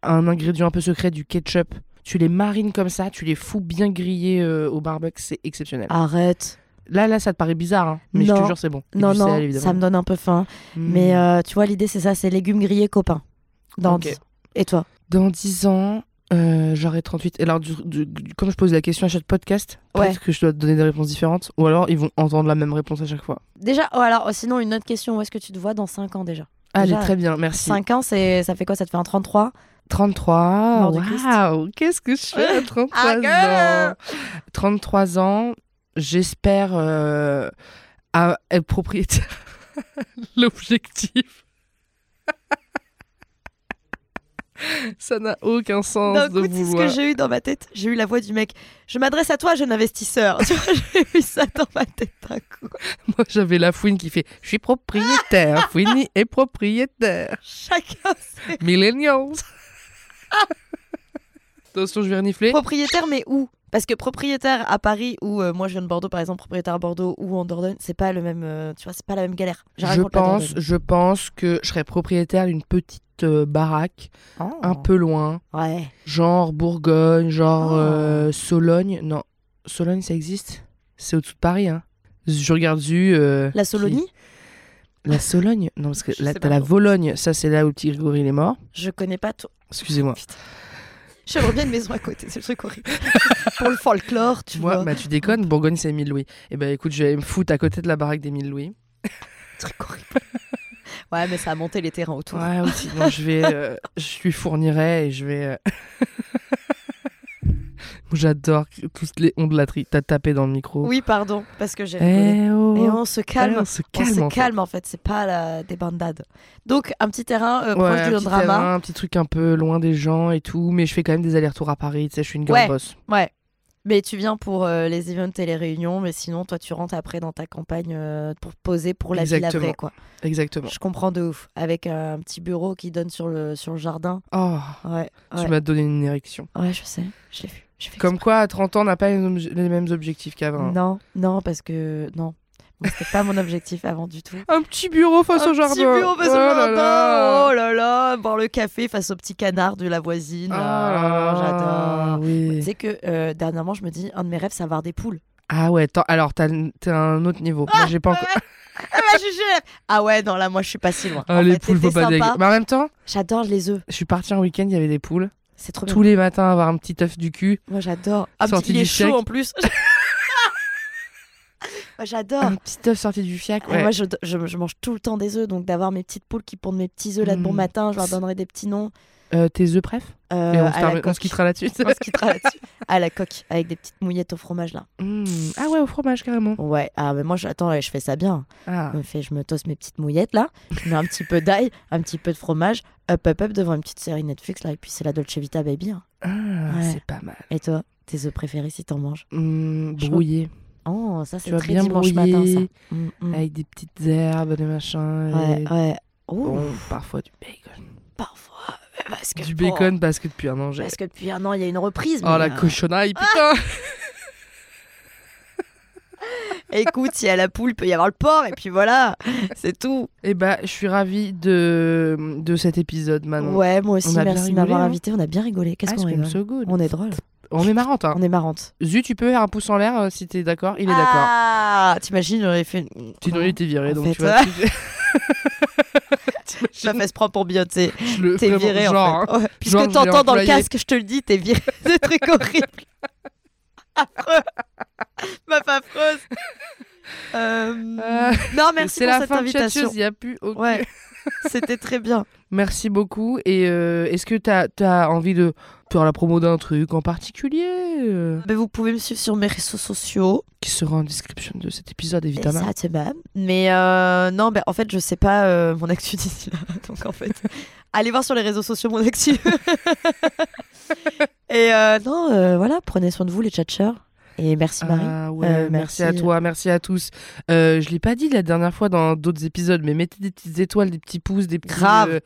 S1: un ingrédient un peu secret, du ketchup. Tu les marines comme ça, tu les fous bien grillés euh, au barbecue, c'est exceptionnel.
S2: Arrête.
S1: Là, là, ça te paraît bizarre, hein, mais je
S2: Ah. Non.
S1: te jure, c'est bon. Et
S2: Non,
S1: du
S2: non,
S1: sel, évidemment.
S2: ça me donne un peu faim.
S1: Mm.
S2: Mais euh, tu vois, l'idée, c'est ça c'est légumes grillés copains. Dans
S1: Ok.
S2: Et toi
S1: Dans 10 ans, euh, j'aurai 38. Alors, du- du- du- comme je pose la question à chaque podcast,
S2: Ouais.
S1: peut-être que je dois te donner des réponses différentes, ou alors ils vont entendre la même réponse à chaque fois.
S2: Déjà, oh, alors, sinon, une autre question. Où est-ce que tu te vois dans 5 ans déjà
S1: Allez,
S2: Déjà,
S1: très bien, merci.
S2: 5 ans, c'est ça fait quoi Ça te fait un 33
S1: 33.
S2: Mort du Christ.
S1: Waouh, qu'est-ce que je fais à 33
S2: Ah,
S1: ans 33 ans, j'espère euh, à- être propriétaire. L'objectif. Ça n'a aucun sens
S2: D'un
S1: de
S2: coup, c'est ce que
S1: vouloir.
S2: j'ai eu dans ma tête. J'ai eu la voix du mec. Je m'adresse à toi, jeune investisseur. Tu vois, j'ai eu ça dans ma tête d'un coup.
S1: Moi, j'avais la fouine qui fait Je suis propriétaire. Fouine est propriétaire.
S2: Chacun ses
S1: Millennials. Attention, je vais renifler.
S2: propriétaires, mais où Parce que propriétaire à Paris ou euh, moi je viens de Bordeaux par exemple, propriétaire à Bordeaux ou en Dordogne, c'est pas le même. euh, tu vois, c'est pas la même galère.
S1: Je
S2: raconte la
S1: pense,
S2: Dordogne.
S1: je pense que je serais propriétaire d'une petite euh, baraque
S2: Oh.
S1: un peu loin,
S2: Ouais.
S1: genre Bourgogne, genre
S2: Oh.
S1: euh, Sologne. Non, Sologne, ça existe C'est au-dessous de Paris, hein. Je regarde du. euh,
S2: La
S1: qui-
S2: Solonie,
S1: La Sologne Non, parce que
S2: Je
S1: là,
S2: sais
S1: t'as
S2: pas
S1: la
S2: trop.
S1: Vologne. Ça, c'est là où le petit Grégory il est mort.
S2: je connais pas tout.
S1: Excusez-moi.
S2: Je reviens une maison à côté, c'est le truc horrible. Pour le folklore, tu
S1: Moi,
S2: vois.
S1: bah, tu déconnes, Bourgogne, c'est 1000 louis. Eh ben, écoute, je vais me foutre à côté de la baraque des 1000 louis.
S2: Truc horrible. Ouais, mais ça a monté les terrains autour.
S1: Ouais, aussi. Non, je vais. euh, je lui fournirai et je vais. euh, J'adore toutes les ondulatrices. T'as tapé dans le micro.
S2: Oui, pardon, parce que j'ai. rigolé.
S1: Eh oh.
S2: Et on se calme.
S1: Eh, on se
S2: On
S1: calme. en
S2: se
S1: fait.
S2: calme en fait, c'est pas la... des bandades. Donc un petit terrain euh,
S1: Ouais,
S2: proche
S1: un
S2: du
S1: petit
S2: drama.
S1: terrain, un petit truc un peu loin des gens et tout. Mais je fais quand même des allers-retours à Paris. Tu sais, je suis une girl
S2: Ouais.
S1: boss.
S2: Ouais. Mais tu viens pour euh, les events et les réunions, mais sinon, toi, tu rentres après dans ta campagne euh, pour poser pour la ville
S1: Exactement.
S2: après, quoi.
S1: Exactement.
S2: Je comprends de ouf. Avec euh, un petit bureau qui donne sur le, sur le jardin.
S1: Oh,
S2: Ouais,
S1: tu
S2: ouais.
S1: m'as donné une érection.
S2: Ouais, je sais. Je l'ai vu. J'ai fait
S1: Comme
S2: exprès.
S1: quoi, à 30 ans, on n'a pas les, obje- les mêmes objectifs qu'avant.
S2: Non, non, parce que. Non. Moi, C'était pas mon objectif avant du tout.
S1: Un petit bureau face au jardin.
S2: petit bureau face
S1: Oh
S2: au
S1: là
S2: jardin.
S1: là.
S2: Oh là là, boire le café face au petit canard de la voisine.
S1: Ah,
S2: Ah, J'adore. Tu
S1: oui.
S2: sais que euh, dernièrement, je me dis, un de mes rêves, c'est avoir des poules.
S1: Ah ouais, t'en- alors t'as t'es à un autre niveau. Moi, j'ai pas encore.
S2: Ah, bah, je- je- Ah ouais, non, là, moi, je suis pas si loin.
S1: Ah,
S2: En
S1: les
S2: fait,
S1: poules, faut
S2: c'était
S1: pas dégueu. Bah.
S2: sympa.
S1: Mais en même temps,
S2: J'adore les œufs.
S1: je suis partie un week-end, il y avait des poules.
S2: C'est trop
S1: Tous
S2: bien.
S1: les matins, avoir un petit œuf du cul,
S2: Moi, j'adore. Ah, mais
S1: Sorti
S2: il
S1: du
S2: est chaud
S1: siècle.
S2: en plus. Moi, j'adore.
S1: un petit œuf sorti du fiac.
S2: Ah,
S1: Ah, Ouais.
S2: Moi, je, je- je mange tout le temps des œufs, donc d'avoir mes petites poules qui pondent mes petits œufs là de bon
S1: Mm.
S2: matin, je leur donnerai des petits noms.
S1: Euh, tes œufs, bref.
S2: euh,
S1: Et on, se
S2: à la
S1: termine- on se
S2: coque.
S1: quittera là-dessus.
S2: On se quittera là-dessus. À la coque, avec des petites mouillettes au fromage là.
S1: Mm. Ah ouais, au fromage carrément.
S2: Ouais, ah mais moi j'attends, là, je fais ça bien.
S1: Ah.
S2: Je me fais, je me tosse mes petites mouillettes là, je mets un petit peu d'ail, un petit peu de fromage, hop hop hop devant une petite série Netflix là, et puis c'est la Dolce Vita baby. hein.
S1: Ah,
S2: Ouais.
S1: C'est pas mal.
S2: Et toi, tes œufs préférés si t'en manges
S1: Mm,
S2: Je-
S1: brouillé.
S2: Oh, ça c'est
S1: vas
S2: très
S1: bien
S2: dimanche matin
S1: brouiller,
S2: ça. Mm, mm.
S1: Avec des petites herbes, des machins. et-
S2: Ouais, Ah, ouais. Ouh,
S1: Bon, parfois du bacon.
S2: parfois. euh, Parce que
S1: Du
S2: bon,
S1: bacon parce que depuis un an, j'ai.
S2: Parce que depuis un an, il y a une reprise.
S1: Oh
S2: mais,
S1: la
S2: euh,
S1: cochonaille, putain!
S2: Écoute, il y a la poule, peut y avoir le porc, et puis voilà, c'est tout.
S1: Eh bah, je suis ravie de, de cet épisode, Manon.
S2: Ouais, moi aussi,
S1: On a bien
S2: merci de
S1: rigolé,
S2: m'avoir
S1: hein.
S2: invité. On a bien rigolé. Qu'est-ce
S1: Ah,
S2: qu'on
S1: c'est
S2: rigole
S1: so good.
S2: On est drôle.
S1: On est marrante, hein.
S2: On est marrante.
S1: Zu, tu peux faire un pouce en l'air euh, si t'es d'accord. Il est d'accord.
S2: Ah, t'imagines, j'aurais fait.
S1: Sinon, il était viré,
S2: En
S1: donc
S2: fait,
S1: tu vois.
S2: ouais.
S1: tu-
S2: Ma
S1: T'imagines,
S2: fesse prend pour Beyoncé.
S1: je le-
S2: T'es
S1: vraiment,
S2: viré
S1: genre,
S2: en
S1: hein.
S2: fait. Oh, Ouais, Puisque
S1: Genre, je l'ai
S2: t'entends dans le
S1: employé.
S2: casque, je te le dis, t'es viré. Des trucs horribles. Affreux. Meuf affreuse. Euh,
S1: Euh,
S2: Non, merci
S1: C'est
S2: pour
S1: la
S2: cette
S1: fin de
S2: invitation.
S1: Chatcheuse, il n'y a plus aucune.
S2: Ouais, c'était très bien.
S1: Merci beaucoup. Et euh, est-ce que t'as as envie de faire la promo d'un truc en particulier euh,
S2: Mais vous pouvez me suivre sur mes réseaux sociaux.
S1: qui sera en description de cet épisode,
S2: Et
S1: évidemment.
S2: ça, c'est bien. Mais euh, non, ben en fait, je sais pas euh, mon actu d'ici là. Donc, en fait, allez voir sur les réseaux sociaux mon actu. et euh, non, euh, voilà, prenez soin de vous, les tchatcheurs. Et merci, Marie.
S1: Ah ouais,
S2: Euh,
S1: merci,
S2: merci.
S1: à toi, merci à tous. Euh, je l'ai pas dit la dernière fois dans d'autres épisodes, mais mettez des petites étoiles, des petits pouces, des petits.
S2: Grave.
S1: euh,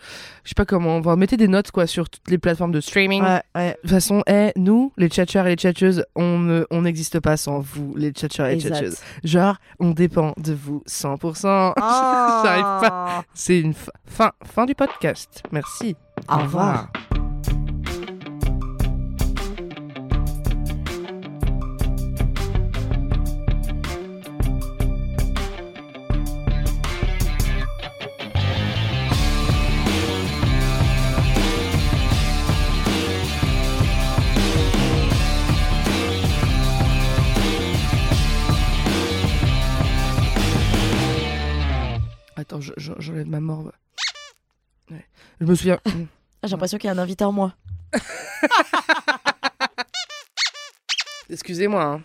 S1: je sais pas comment, enfin, mettez des notes quoi sur toutes les plateformes de streaming.
S2: Ouais, ouais.
S1: De toute façon, eh, nous, les tchatcheurs et les tchatcheuses, on ne- on n'existe pas sans vous, les tchatcheurs et les
S2: Exact.
S1: tchatcheuses. Genre, on dépend de vous 100%. J'arrive pas.
S2: Ah.
S1: C'est une fin, fin, fin du podcast. Merci.
S2: Au revoir.
S1: Attends, je- je- j'enlève ma morve. Ouais. Je me souviens.
S2: Ah, J'ai l'impression qu'il y a un invité en moi.
S1: Excusez-moi. hein.